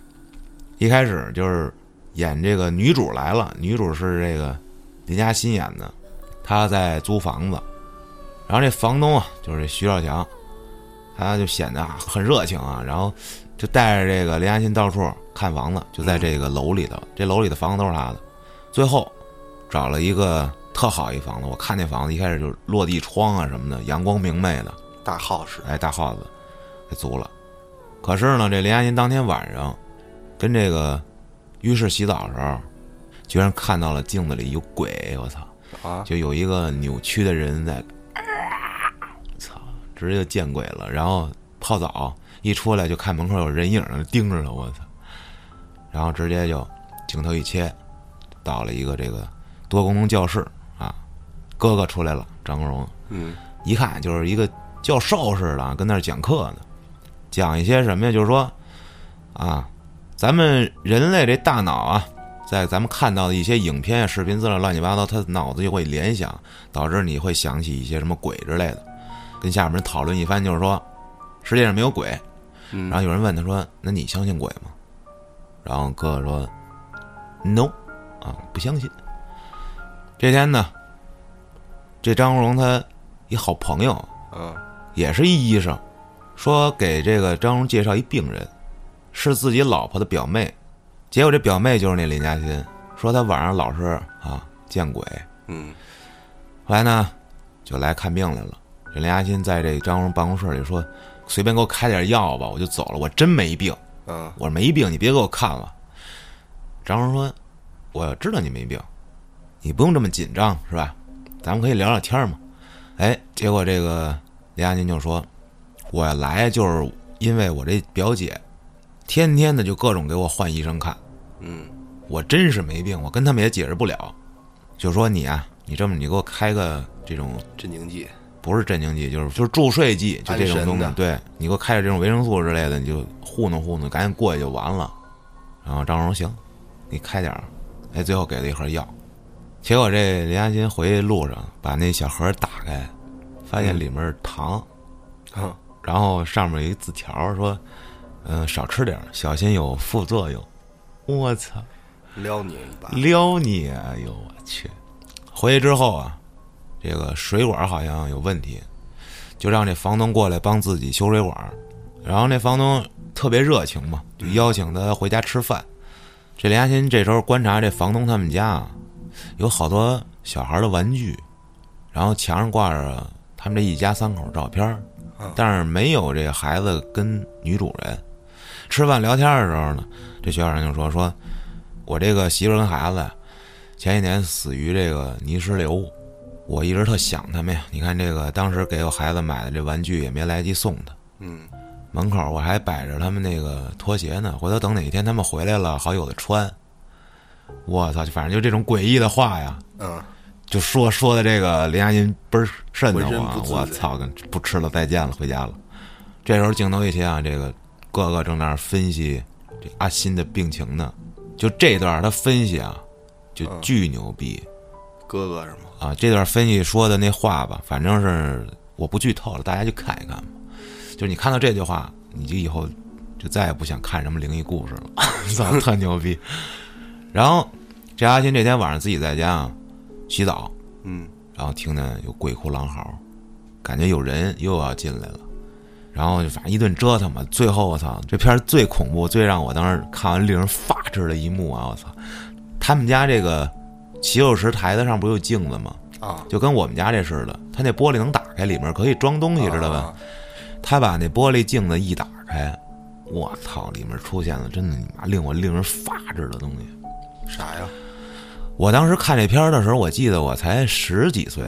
Speaker 1: 一开始就是演这个女主来了，女主是这个林嘉欣演的，她在租房子，然后这房东啊就是徐少强，他就显得啊很热情啊，然后就带着这个林嘉欣到处看房子，就在这个楼里头，这楼里的房子都是他的，最后找了一个特好一房子，我看那房子一开始就是落地窗啊什么的，阳光明媚的，
Speaker 2: 大耗时。
Speaker 1: 哎，大耗子给租了。可是呢，这林嘉欣当天晚上跟这个浴室洗澡的时候，居然看到了镜子里有鬼，我操！
Speaker 2: 啊
Speaker 1: 就有一个扭曲的人在，啊操，直接就见鬼了。然后泡澡一出来就看门口有人影儿盯着他，我操！然后直接就镜头一切，到了一个这个多功能教室啊，哥哥出来了，张国荣
Speaker 2: 嗯
Speaker 1: 一看就是一个教授似的，跟那儿讲课呢，讲一些什么呀？就是说，啊，咱们人类这大脑啊，在咱们看到的一些影片啊、视频资料乱七八糟，他脑子就会联想，导致你会想起一些什么鬼之类的。跟下面人讨论一番，就是说，世界上没有鬼。
Speaker 2: 嗯，
Speaker 1: 然后有人问他说：“那你相信鬼吗？”然后哥哥说：“No，啊，不相信。”这天呢，这张国荣他一好朋友，
Speaker 2: 嗯
Speaker 1: 也是一医生，说给这个张荣介绍一病人，是自己老婆的表妹，结果这表妹就是那林嘉欣，说她晚上老是啊见鬼，
Speaker 2: 嗯
Speaker 1: 后来呢就来看病来了。这林嘉欣在这张荣办公室里说，随便给我开点药吧，我就走了，我真没病。
Speaker 2: 嗯
Speaker 1: 我说没病，你别给我看了。张荣说：“我知道你没病，你不用这么紧张，是吧？咱们可以聊聊天儿嘛。”哎，结果这个林亚金就说：“我来就是因为我这表姐，天天的就各种给我换医生看，
Speaker 2: 嗯
Speaker 1: 我真是没病，我跟他们也解释不了。就说你啊，你这么你给我开个这种
Speaker 2: 镇静剂，
Speaker 1: 不是镇静剂，就是就是助睡剂，就这种
Speaker 2: 安神
Speaker 1: 东西
Speaker 2: 的。
Speaker 1: 对你给我开点这种维生素之类的，你就糊弄糊弄，赶紧过去就完了。然后张荣行，你开点儿，哎，最后给了一盒药。结果这林嘉欣回去路上把那小盒打开，发现里面是糖，
Speaker 2: 嗯
Speaker 1: 然后上面有一字条说：“嗯、少吃点儿，小心有副作用。”我操！
Speaker 2: 撩你一把，
Speaker 1: 撩你！哎呦我去！回去之后啊，这个水管好像有问题，就让这房东过来帮自己修水管。然后那房东特别热情嘛，就邀请他回家吃饭。这林嘉欣这时候观察这房东他们家啊，有好多小孩的玩具，然后墙上挂着他们这一家三口照片儿
Speaker 2: 嗯，
Speaker 1: 但是没有这孩子跟女主人。吃饭聊天的时候呢，这学校人就说说我这个媳妇儿跟孩子前几年死于这个泥石流，我一直特想他们呀。你看这个当时给我孩子买的这玩具也没来得及送他，
Speaker 2: 嗯
Speaker 1: 门口我还摆着他们那个拖鞋呢，回头等哪天他们回来了好有的穿。我操，就反正就这种诡异的话呀，
Speaker 2: 嗯，
Speaker 1: 就说说的这个林嘉欣倍儿瘆得
Speaker 2: 浑身
Speaker 1: 慌
Speaker 2: 不自，在
Speaker 1: 我操，跟不吃了，再见了，回家了。这时候镜头一切啊，这个各个正在那儿分析这阿欣的病情呢，就这段他分析啊，就
Speaker 2: 嗯
Speaker 1: 巨牛逼、
Speaker 2: 哥哥是吗？
Speaker 1: 啊！这段分析说的那话吧，反正是我不剧透了，大家去看一看吧。就是你看到这句话，你就以后就再也不想看什么灵异故事了，操，特牛逼。然后这阿欣这天晚上自己在家啊洗澡，
Speaker 2: 嗯
Speaker 1: 然后听见有鬼哭狼嚎，感觉有人又要进来了，然后就反正一顿折腾嘛。最后我操，这片儿最恐怖、最让我当时看完令人发指的一幕啊！我操，他们家这个洗手池台子上不是有镜子吗？
Speaker 2: 啊，
Speaker 1: 就跟我们家这似的，他那玻璃能打开，里面可以装东西，知道吧？
Speaker 2: 啊？
Speaker 1: 他把那玻璃镜子一打开，我操，里面出现了真的你妈令我令人发指的东西。
Speaker 2: 啥呀？
Speaker 1: 我当时看这片儿的时候，我记得我才十几岁，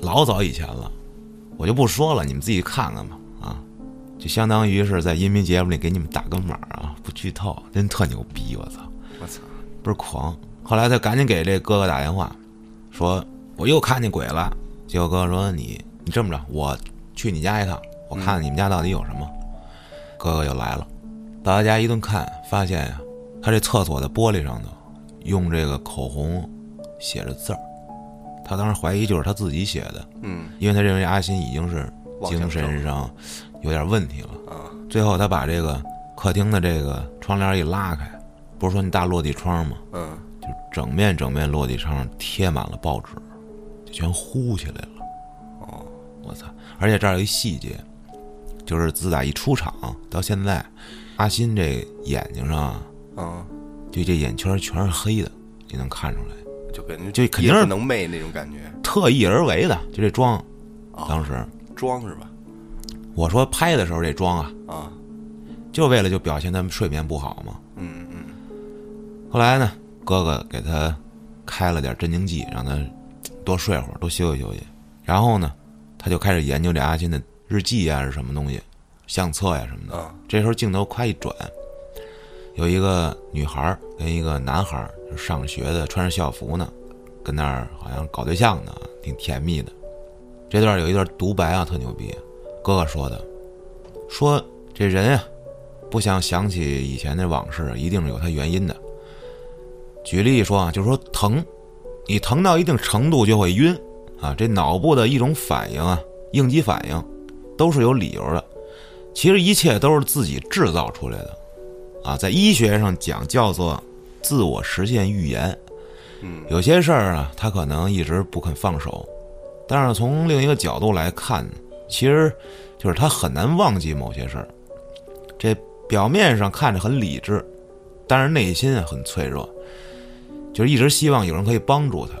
Speaker 1: 老早以前了，我就不说了，你们自己看看吧。啊，就相当于是在音频节目里给你们打个码儿啊，不剧透，真特牛逼，我操，
Speaker 2: 我操！
Speaker 1: 倍儿狂。后来他赶紧给这哥哥打电话，说我又看见鬼了。结果哥哥说你你这么着，我去你家一趟，我看看你们家到底有什么。哥哥就来了，到他家一顿看，发现呀、他这厕所的玻璃上头用这个口红写着字儿，他当时怀疑就是他自己写的，
Speaker 2: 嗯
Speaker 1: 因为他认为阿欣已经是
Speaker 2: 妄想
Speaker 1: 精神
Speaker 2: 症
Speaker 1: 上有点问题了。
Speaker 2: 啊，
Speaker 1: 最后他把这个客厅的这个窗帘一拉开，不是说那大落地窗吗？
Speaker 2: 嗯，
Speaker 1: 就整面整面落地窗贴满了报纸，就全糊起来了。
Speaker 2: 哦，
Speaker 1: 我操！而且这儿有一细节，就是自打一出场到现在，阿欣这眼睛上啊，
Speaker 2: 嗯，
Speaker 1: 就这眼圈全是黑的，你能看出来，
Speaker 2: 就感觉
Speaker 1: 就肯定
Speaker 2: 夜
Speaker 1: 是
Speaker 2: 不能寐那种感觉，
Speaker 1: 特意而为的，就这妆。
Speaker 2: 啊
Speaker 1: 当时
Speaker 2: 装是吧？
Speaker 1: 我说拍的时候这妆啊，
Speaker 2: 啊，
Speaker 1: 就为了就表现他们睡眠不好嘛。
Speaker 2: 嗯嗯
Speaker 1: 后来呢，哥哥给他开了点镇静剂，让他多睡会儿，多休息休息。然后呢，他就开始研究这阿欣的日记啊，是什么东西，相册呀、什么的。
Speaker 2: 啊，
Speaker 1: 这时候镜头夸一转，有一个女孩儿跟一个男孩儿就上学的，穿着校服呢，跟那儿好像搞对象呢，挺甜蜜的。这段有一段独白啊，特牛逼，哥哥说的，说这人呀、不想想起以前的往事，一定是有他原因的。举例说啊，就是说疼，你疼到一定程度就会晕啊，这脑部的一种反应啊，应激反应，都是有理由的。其实一切都是自己制造出来的，啊，在医学上讲叫做自我实现预言。
Speaker 2: 嗯
Speaker 1: 有些事儿啊，他可能一直不肯放手，但是从另一个角度来看，其实就是他很难忘记某些事儿。这表面上看着很理智，但是内心啊很脆弱，就是一直希望有人可以帮助他。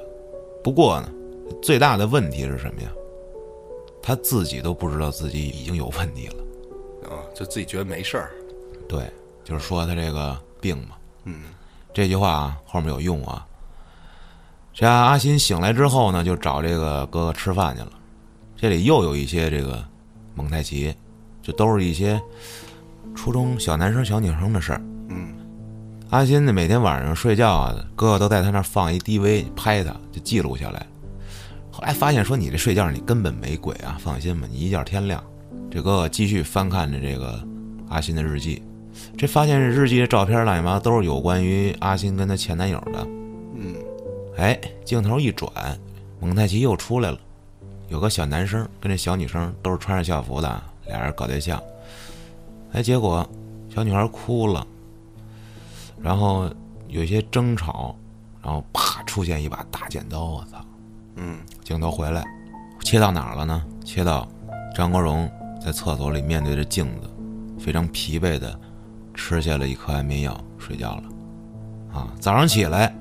Speaker 1: 不过呢，最大的问题是什么呀？他自己都不知道自己已经有问题了。
Speaker 2: 啊，就自己觉得没事儿，
Speaker 1: 对，就是说他这个病嘛，
Speaker 2: 嗯，
Speaker 1: 这句话啊后面有用啊。这阿新醒来之后呢，就找这个哥哥吃饭去了。这里又有一些这个蒙太奇，就都是一些初中小男生、小女生的事儿。
Speaker 2: 嗯
Speaker 1: 阿新呢，每天晚上睡觉啊，哥哥都在他那儿放一 DV 拍他，就记录下来。后来发现说你这睡觉你根本没鬼啊，放心吧，你一觉天亮。这哥哥继续翻看着这个阿新的日记，这发现日记的照片乱七八糟都是有关于阿新跟她前男友的。
Speaker 2: 嗯，
Speaker 1: 哎，镜头一转，蒙太奇又出来了，有个小男生跟这小女生都是穿着校服的，俩人搞对象。哎，结果小女孩哭了，然后有一些争吵，然后啪出现一把大剪刀，我操！
Speaker 2: 嗯，
Speaker 1: 镜头回来，切到哪儿了呢？切到张国荣在厕所里面对着镜子，非常疲惫的吃下了一颗安眠药，睡觉了。啊，早上起来，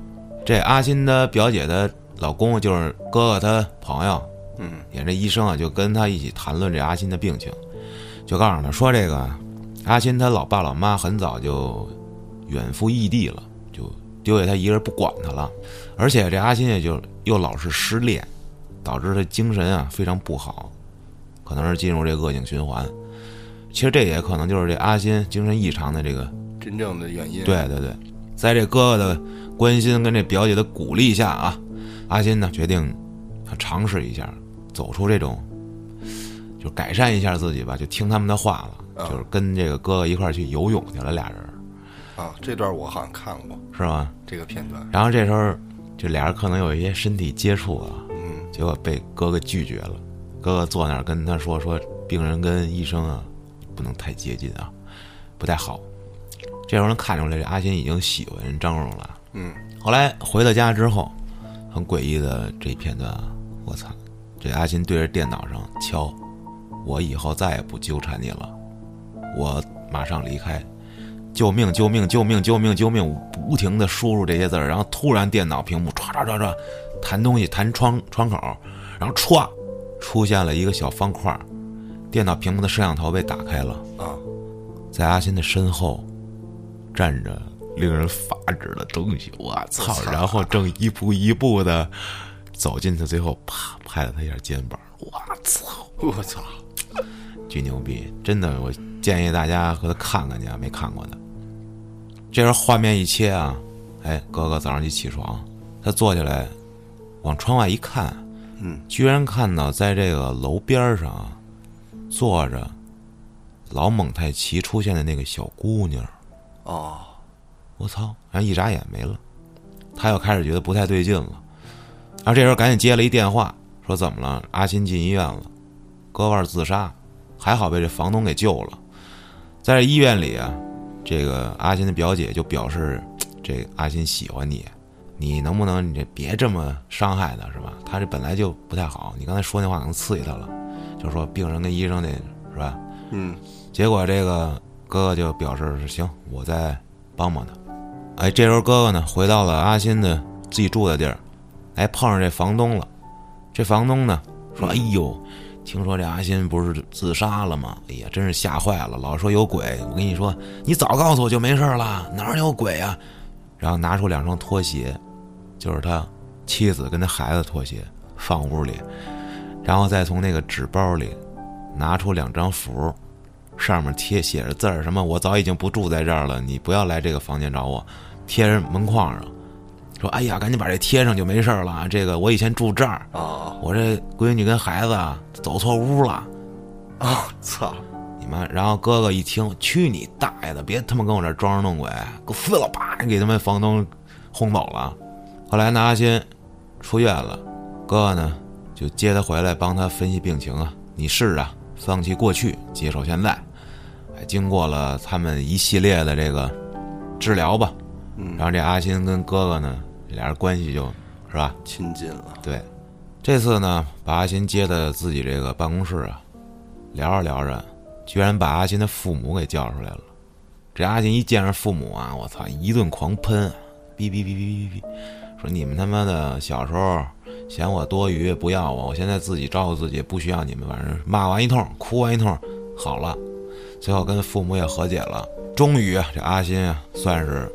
Speaker 1: 这阿新的表姐的老公就是哥哥他朋友，
Speaker 2: 嗯，
Speaker 1: 也这医生啊，就跟他一起谈论这阿新的病情，就告诉他说这个阿新他老爸老妈很早就远赴异地了，就丢下他一个人不管他了，而且这阿新也就又老是失恋，导致他精神啊非常不好，可能是进入这恶性循环。其实这也可能就是这阿新精神异常的这个
Speaker 2: 真正的原因，，
Speaker 1: 对对对，在这哥哥的关心跟这表姐的鼓励下啊，阿新呢决定尝试一下，走出这种，就改善一下自己吧，就听他们的话了，
Speaker 2: 啊
Speaker 1: 就是跟这个哥哥一块儿去游泳去了，俩人
Speaker 2: 啊，这段我好像看过
Speaker 1: 是吧？
Speaker 2: 这个片段，
Speaker 1: 然后这时候就俩人可能有一些身体接触啊，
Speaker 2: 嗯
Speaker 1: 结果被哥哥拒绝了。哥哥坐那儿跟他说：“说病人跟医生啊，不能太接近啊，不太好。”这时候能看出来，这阿新已经喜欢张荣了。
Speaker 2: 嗯
Speaker 1: 后来回到家之后，很诡异的这一片段啊，我操！这阿新对着电脑上敲：“我以后再也不纠缠你了，我马上离开。”救命！救命！救命！救命！救命！不停的输入这些字儿，然后突然电脑屏幕唰唰唰唰弹东西，弹窗窗口，然后歘出现了一个小方块儿，电脑屏幕的摄像头被打开了，
Speaker 2: 啊，
Speaker 1: 在阿新的身后站着令人发指的东西，我操！然后正一步一步的走进去，最后啪拍了他一下肩膀，我操，
Speaker 2: 我操，
Speaker 1: 巨牛逼！真的，我建议大家回头看看去，啊，没看过的。这时候画面一切啊，哎，哥哥早上一起床，他坐起来往窗外一看，
Speaker 2: 嗯，
Speaker 1: 居然看到在这个楼边儿上啊坐着老蒙太奇出现的那个小姑娘。
Speaker 2: 哦，
Speaker 1: 我操！然后一眨眼没了，他又开始觉得不太对劲了。然后这时候赶紧接了一电话，说怎么了？阿新进医院了，割腕自杀，还好被这房东给救了。在这医院里啊，这个阿新的表姐就表示，这个阿新喜欢你，你能不能你这别这么伤害他，是吧？他这本来就不太好，你刚才说那话可能刺激他了，就说病人跟医生那是吧？
Speaker 2: 嗯
Speaker 1: 结果这个哥哥就表示是行，我再帮帮他。哎，这时候哥哥呢回到了阿新的自己住的地儿，哎，碰上这房东了。这房东呢说：“哎呦，听说这阿新不是自杀了吗？哎呀，真是吓坏了，老说有鬼。我跟你说，你早告诉我就没事了，哪儿有鬼啊？”然后拿出两双拖鞋，就是他妻子跟他孩子拖鞋，放屋里，然后再从那个纸包里拿出两张符，上面贴写着字儿，什么我早已经不住在这儿了，你不要来这个房间找我，贴人门框上，说哎呀，赶紧把这贴上就没事儿了啊。这个我以前住这儿，
Speaker 2: 哦
Speaker 1: 我这闺女跟孩子啊走错屋了，
Speaker 2: 啊，操，
Speaker 1: 你妈！然后哥哥一听，去你大爷的，别他妈跟我这儿装神弄鬼，给我撕了吧！给他们房东轰走了。后来呢，阿新出院了，哥哥呢就接他回来，帮他分析病情啊。你是啊，放弃过去，接受现在。哎，经过了他们一系列的这个治疗吧，然后这阿新跟哥哥呢，这俩人关系就是吧，
Speaker 2: 亲近了，
Speaker 1: 对，这次呢，把阿新接到自己这个办公室啊，聊着聊着，居然把阿新的父母给叫出来了。这阿新一见着父母啊，我操，一顿狂喷，啊哔哔哔哔哔哔，说你们他妈的小时候嫌我多余不要我，我现在自己照顾自己，不需要你们。反正骂完一通，哭完一通，好了，最后跟父母也和解了。终于，这阿新啊，算是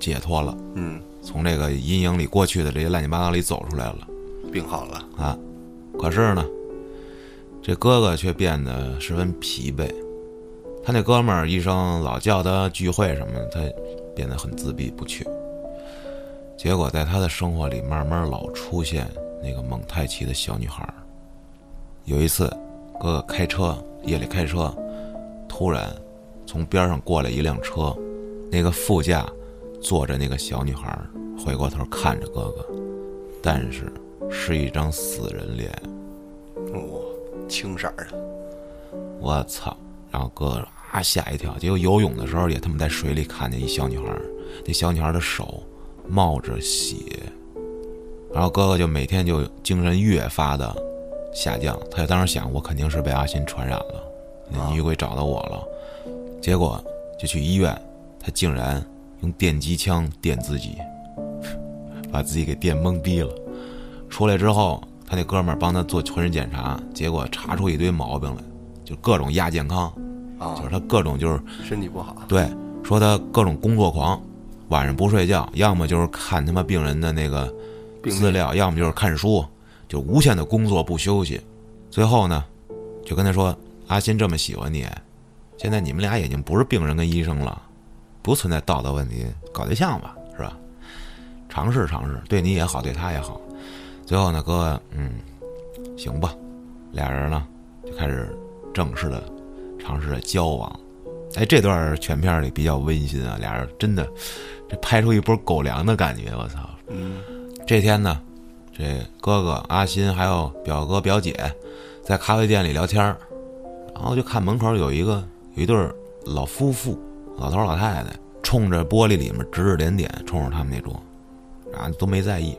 Speaker 1: 解脱了，
Speaker 2: 嗯，
Speaker 1: 从这个阴影里过去的这些乱七八糟里走出来了。
Speaker 2: 病好了，
Speaker 1: 啊。可是呢，这哥哥却变得十分疲惫。他那哥们儿医生老叫他聚会什么的，他变得很自闭不去。结果在他的生活里，慢慢老出现那个蒙太奇的小女孩儿。有一次，哥哥开车，夜里开车，突然从边上过来一辆车，那个副驾坐着那个小女孩儿，回过头看着哥哥，但是是一张死人脸。
Speaker 2: 我、青色儿的，
Speaker 1: 我操！然后哥哥啊吓一跳，结果游泳的时候也他妈在水里看见一小女孩儿，那小女孩儿的手冒着血，然后哥哥就每天就精神越发的下降，他就当时想我肯定是被阿新传染了，那
Speaker 2: 啊
Speaker 1: 女鬼找到我了，结果就去医院，他竟然用电击枪电自己， 把自己给电懵逼了。出来之后，他那哥们儿帮他做全身检查，结果查出一堆毛病来，就各种亚健康，
Speaker 2: 啊
Speaker 1: 就是他各种就是
Speaker 2: 身体不好，
Speaker 1: 对说他各种工作狂，晚上不睡觉，要么就是看他妈病人的那个
Speaker 2: 病历
Speaker 1: 资料，要么就是看书，就无限的工作不休息。最后呢，就跟他说：“阿新这么喜欢你，现在你们俩已经不是病人跟医生了，不存在道德问题，搞对象吧，是吧？尝试尝试，对你也好，对他也好。”最后呢，哥，嗯，行吧，俩人呢就开始正式的尝试着交往。哎，这段全片里比较温馨啊，俩人真的这拍出一波狗粮的感觉，我操！
Speaker 2: 嗯，
Speaker 1: 这天呢，这哥哥阿新还有表哥表姐在咖啡店里聊天儿，然后就看门口有一个有一对儿老夫妇，老头儿老太太，冲着玻璃里面指指点点，冲着他们那桌，然后都没在意。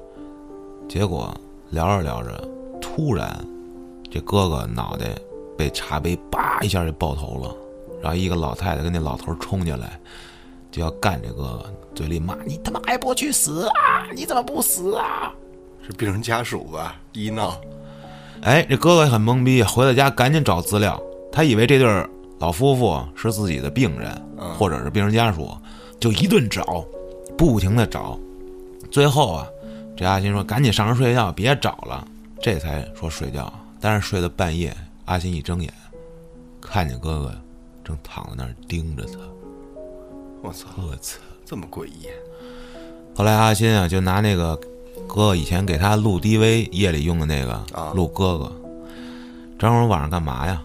Speaker 1: 结果聊着聊着，突然这哥哥脑袋被茶杯叭一下就爆头了，然后一个老太太跟那老头儿冲进来，就要干这哥哥，嘴里骂：“你他妈还不去死啊！你怎么不死啊
Speaker 2: 是病人家属吧？医闹，？”
Speaker 1: 哎，这哥哥很懵逼，回到家赶紧找资料，他以为这对儿老夫妇是自己的病人，
Speaker 2: 嗯
Speaker 1: 或者是病人家属，就一顿找，不停的找，最后啊，这阿新说：“赶紧上床睡觉，别找了。”这才说睡觉，但是睡到半夜，阿新一睁眼，看见哥哥正躺在那儿盯着他，
Speaker 2: 我操，
Speaker 1: 我操！
Speaker 2: 这么诡异，
Speaker 1: 后来阿新啊，就拿那个哥以前给他录 DV 夜里用的那个
Speaker 2: 啊
Speaker 1: 录哥哥。张荣晚上干嘛呀？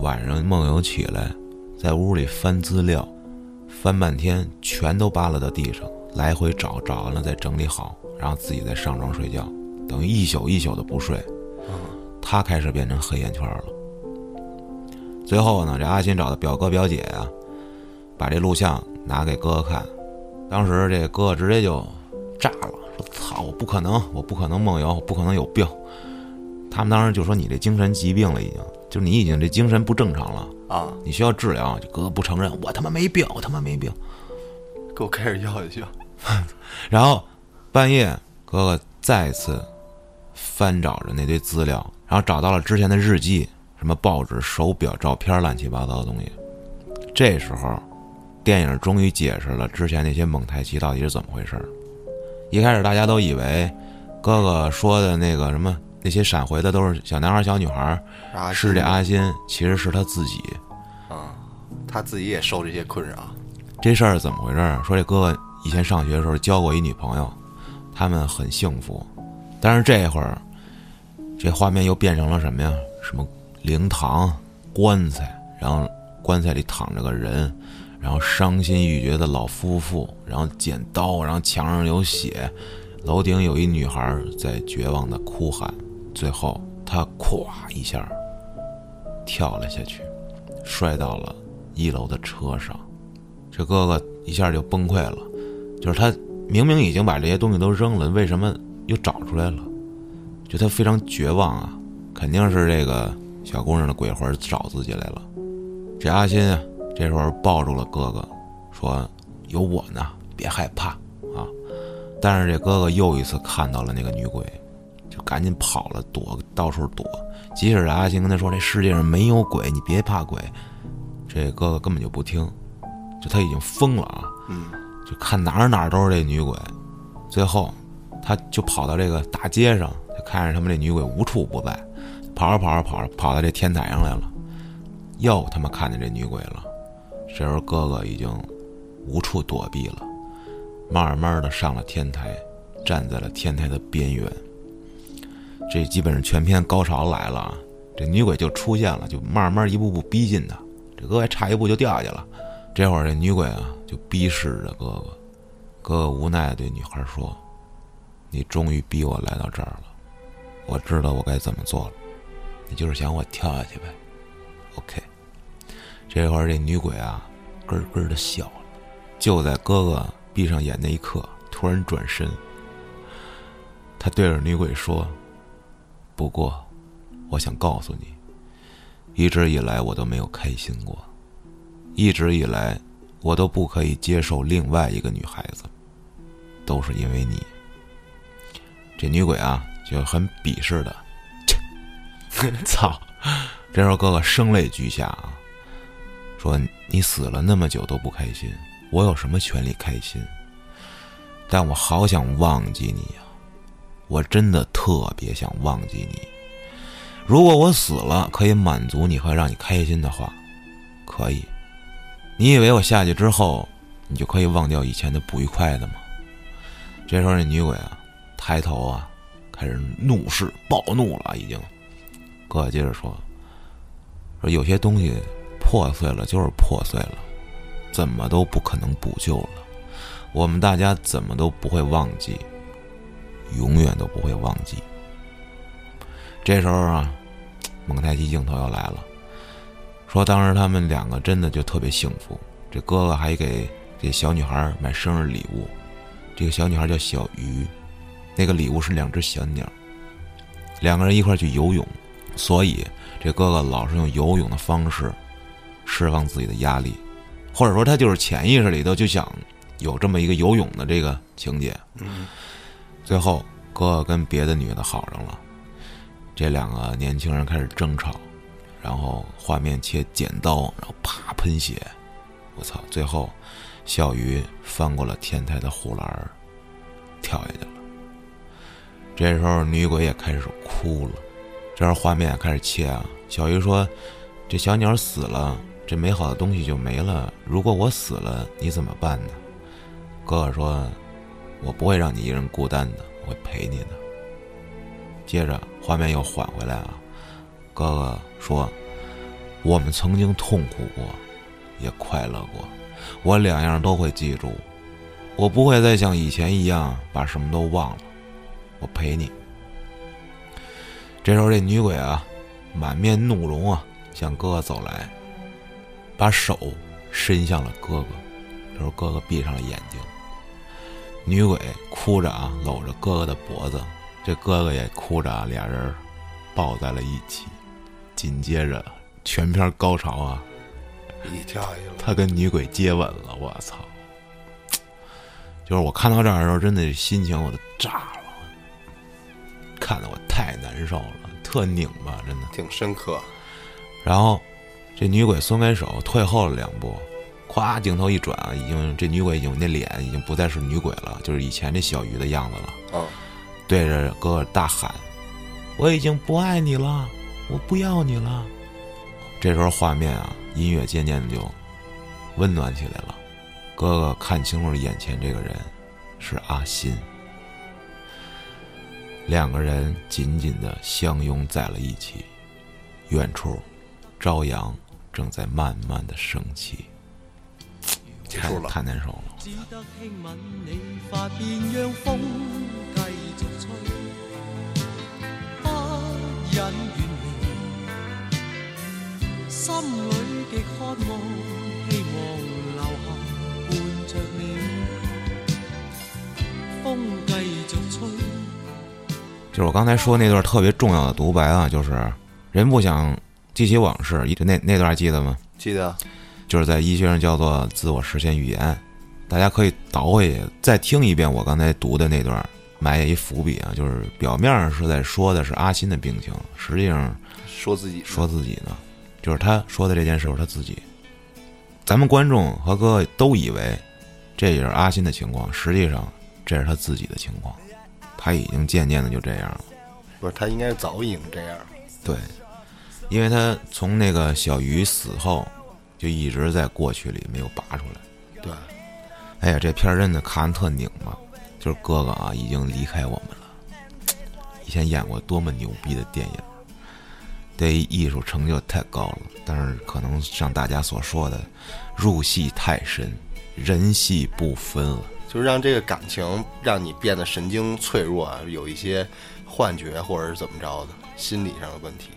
Speaker 1: 晚上梦游起来，在屋里翻资料，翻半天全都扒拉到地上，来回找，找完了再整理好，然后自己再上床睡觉，等于一宿一宿的不睡。他开始变成黑眼圈了。最后呢，这阿新找的表哥表姐啊，把这录像拿给哥哥看，当时这哥哥直接就炸了，说：“操，我不可能，我不可能梦游，我不可能有病。”他们当时就说：“你这精神疾病了，已经，就是你已经这精神不正常了，
Speaker 2: 啊，
Speaker 1: 你需要治疗。”就哥哥不承认，我他妈没病，我他妈没病。
Speaker 2: 给我开点药就行，
Speaker 1: 然后半夜，哥哥再次翻找着那堆资料，然后找到了之前的日记、什么报纸、手表、照片，乱七八糟的东西。这时候，电影终于解释了之前那些蒙太奇到底是怎么回事儿。一开始大家都以为哥哥说的那个什么那些闪回的都是小男孩、小女孩，
Speaker 2: 啊，
Speaker 1: 是这阿新，其实是他自己。
Speaker 2: 他自己也受这些困扰，
Speaker 1: 这事儿是怎么回事儿？说这哥哥以前上学的时候交过一女朋友，他们很幸福，但是这会儿，这画面又变成了什么呀？什么灵堂、棺材，然后棺材里躺着个人，然后伤心欲绝的老夫妇，然后剪刀，然后墙上有血，楼顶有一女孩在绝望的哭喊，最后她咵一下跳了下去，摔到了一楼的车上。这哥哥一下就崩溃了，就是他明明已经把这些东西都扔了，为什么又找出来了？就他非常绝望啊，肯定是这个小姑娘的鬼魂找自己来了。这阿新啊，这时候抱住了哥哥，说：“有我呢，别害怕啊！”但是这哥哥又一次看到了那个女鬼，就赶紧跑了，躲到处躲。即使阿星跟他说这世界上没有鬼，你别怕鬼，这哥哥根本就不听，就他已经疯了啊！
Speaker 2: 嗯，
Speaker 1: 就看哪儿哪儿都是这女鬼。最后，他就跑到这个大街上，就看着他们这女鬼无处不在，跑着跑着跑着跑到这天台上来了，又他妈看见这女鬼了。这时候哥哥已经无处躲避了，慢慢的上了天台，站在了天台的边缘。这基本是全篇高潮来了啊！这女鬼就出现了，就慢慢一步步逼近他。这哥哥还差一步就掉下去了。这会儿这女鬼啊，就逼视着哥哥。哥哥无奈地对女孩说：“你终于逼我来到这儿了，我知道我该怎么做了。你就是想我跳下去呗？OK。”这会儿这女鬼啊，咯咯的笑了。就在哥哥闭上眼那一刻，突然转身，他对着女鬼说：“不过，我想告诉你，一直以来我都没有开心过，一直以来我都不可以接受另外一个女孩子，都是因为你。这女鬼啊，就很鄙视的，切， 操！这时候哥哥声泪俱下啊，说你死了那么久都不开心，我有什么权利开心？但我好想忘记你呀、我真的特别想忘记你。如果我死了可以满足你和让你开心的话，可以。你以为我下去之后，你就可以忘掉以前的不愉快的吗？这时候，那女鬼啊，抬头啊，开始怒视、暴怒了，已经。哥接着说：“说有些东西破碎了就是破碎了，怎么都不可能补救了。我们大家怎么都不会忘记。”永远都不会忘记。这时候啊，蒙太奇镜头又来了，说当时他们两个真的就特别幸福。这哥哥还给这小女孩买生日礼物，这个小女孩叫小鱼，那个礼物是两只小鸟。两个人一块儿去游泳，所以这哥哥老是用游泳的方式释放自己的压力，或者说他就是潜意识里头就想有这么一个游泳的这个情节。最后，哥哥跟别的女的好上了，这两个年轻人开始争吵，然后画面切剪刀，然后啪喷血，我操！最后，小鱼翻过了天台的护栏儿，跳下去了。这时候，女鬼也开始哭了。这时候画面也开始切啊，小鱼说：“这小鸟死了，这美好的东西就没了。如果我死了，你怎么办呢？”哥哥说：“我不会让你一人孤单的，我会陪你的。接着画面又缓回来啊，哥哥说：“我们曾经痛苦过，也快乐过，我两样都会记住。我不会再像以前一样把什么都忘了，我陪你。”这时候这女鬼啊，满面怒容啊，向哥哥走来，把手伸向了哥哥，这时候哥哥闭上了眼睛。女鬼哭着啊，搂着哥哥的脖子，这哥哥也哭着啊，俩人抱在了一起。紧接着全片高潮啊，
Speaker 2: 你跳下去了，
Speaker 1: 他跟女鬼接吻了，我操！就是我看到这儿的时候，真的心情我都炸了，看得我太难受了，特拧巴，真的。
Speaker 2: 挺深刻。
Speaker 1: 然后这女鬼松开手，退后了两步，咵，镜头一转啊，已经这女鬼已经那脸已经不再是女鬼了，就是以前这小鱼的样子了。
Speaker 2: 嗯，
Speaker 1: 对着哥哥大喊：“我已经不爱你了，我不要你了。”这时候画面啊，音乐渐渐的就温暖起来了。哥哥看清楚了眼前这个人，是阿新。两个人紧紧的相拥在了一起，远处，朝阳正在慢慢的升起。
Speaker 2: 结束了。
Speaker 1: 太太难受了。
Speaker 3: 只得轻吻你发边，让风继续吹，不忍远离，心里极渴望，希望留下伴着你，风继续吹。
Speaker 1: 就是我刚才说那段特别重要的独白啊，就是人不想记起往事，一就那那段还记得吗？
Speaker 2: 记得
Speaker 1: 就是在医学上叫做自我实现预言。大家可以倒回去再听一遍我刚才读的那段，埋下一伏笔啊，就是表面上是在说的是阿新的病情，实际上
Speaker 2: 说自己
Speaker 1: 说自己呢，就是他说的这件事是他自己。咱们观众和哥都以为这也是阿新的情况，实际上这是他自己的情况，他已经渐渐的就这样了。
Speaker 2: 不是他应该早已经这样了，
Speaker 1: 对，因为他从那个小鱼死后就一直在过去里没有拔出来。
Speaker 2: 对，
Speaker 1: 哎呀，这片儿真的看着特拧巴，就是哥哥啊已经离开我们了。以前演过多么牛逼的电影，对艺术成就太高了，但是可能像大家所说的，入戏太深，人戏不分啊了。
Speaker 2: 就是让这个感情让你变得神经脆弱啊，有一些幻觉或者是怎么着的心理上的问题。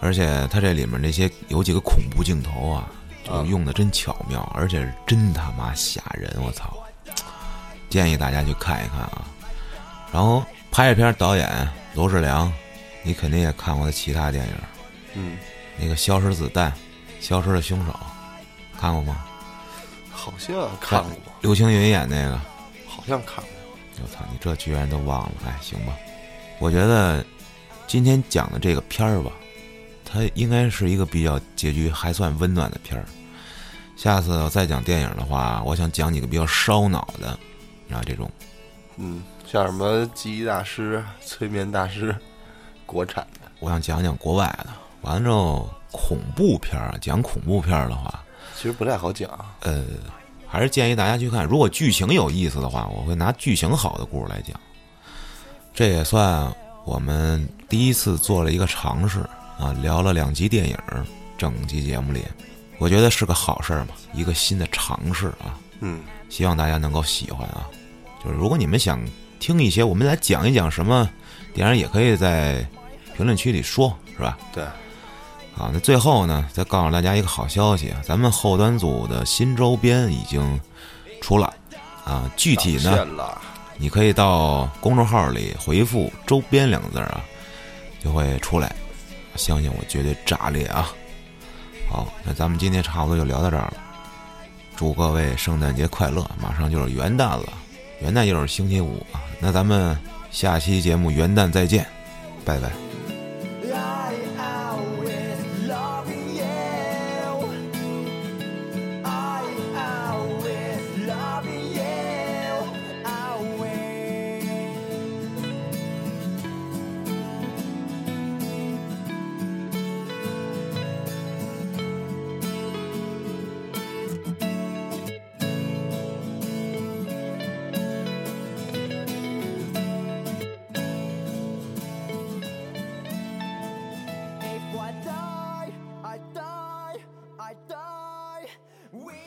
Speaker 1: 而且它这里面那些有几个恐怖镜头啊，就
Speaker 2: 啊
Speaker 1: 用的真巧妙，而且是真他妈吓人！我操，建议大家去看一看啊。然后拍这片导演罗志良，你肯定也看过他其他电影，
Speaker 2: 嗯，
Speaker 1: 那个《消失子弹》《消失的凶手》，看过吗？
Speaker 2: 好像看过，
Speaker 1: 刘青云演那个，
Speaker 2: 好像看过。
Speaker 1: 我操，你这居然都忘了？哎，行吧，我觉得今天讲的这个片儿吧，它应该是一个比较结局还算温暖的片儿。下次我再讲电影的话，我想讲几个比较烧脑的，啊，这种
Speaker 2: 嗯，像什么记忆大师、催眠大师，国产的。
Speaker 1: 我想讲讲国外的。完了之后，恐怖片儿，讲恐怖片儿的话，
Speaker 2: 其实不太好讲，啊
Speaker 1: 呃，还是建议大家去看。如果剧情有意思的话，我会拿剧情好的故事来讲。这也算我们第一次做了一个尝试啊，聊了两集电影，整期节目里，我觉得是个好事儿嘛，一个新的尝试啊，
Speaker 2: 嗯，
Speaker 1: 希望大家能够喜欢啊。就是如果你们想听一些，我们来讲一讲什么电影，也可以在评论区里说，是吧？
Speaker 2: 对，
Speaker 1: 啊，那最后呢，再告诉大家一个好消息啊，咱们后端组的新周边已经出了啊，具体
Speaker 2: 上
Speaker 1: 呢，
Speaker 2: 线了，
Speaker 1: 你可以到公众号里回复“周边”两个字儿啊，就会出来，相信我，绝对炸裂啊！好，那咱们今天差不多就聊到这儿了，祝各位圣诞节快乐！马上就是元旦了，元旦又是星期五啊，那咱们下期节目元旦再见，拜拜。
Speaker 4: I always love you. I always love you. Always. If I die, I die, I die. We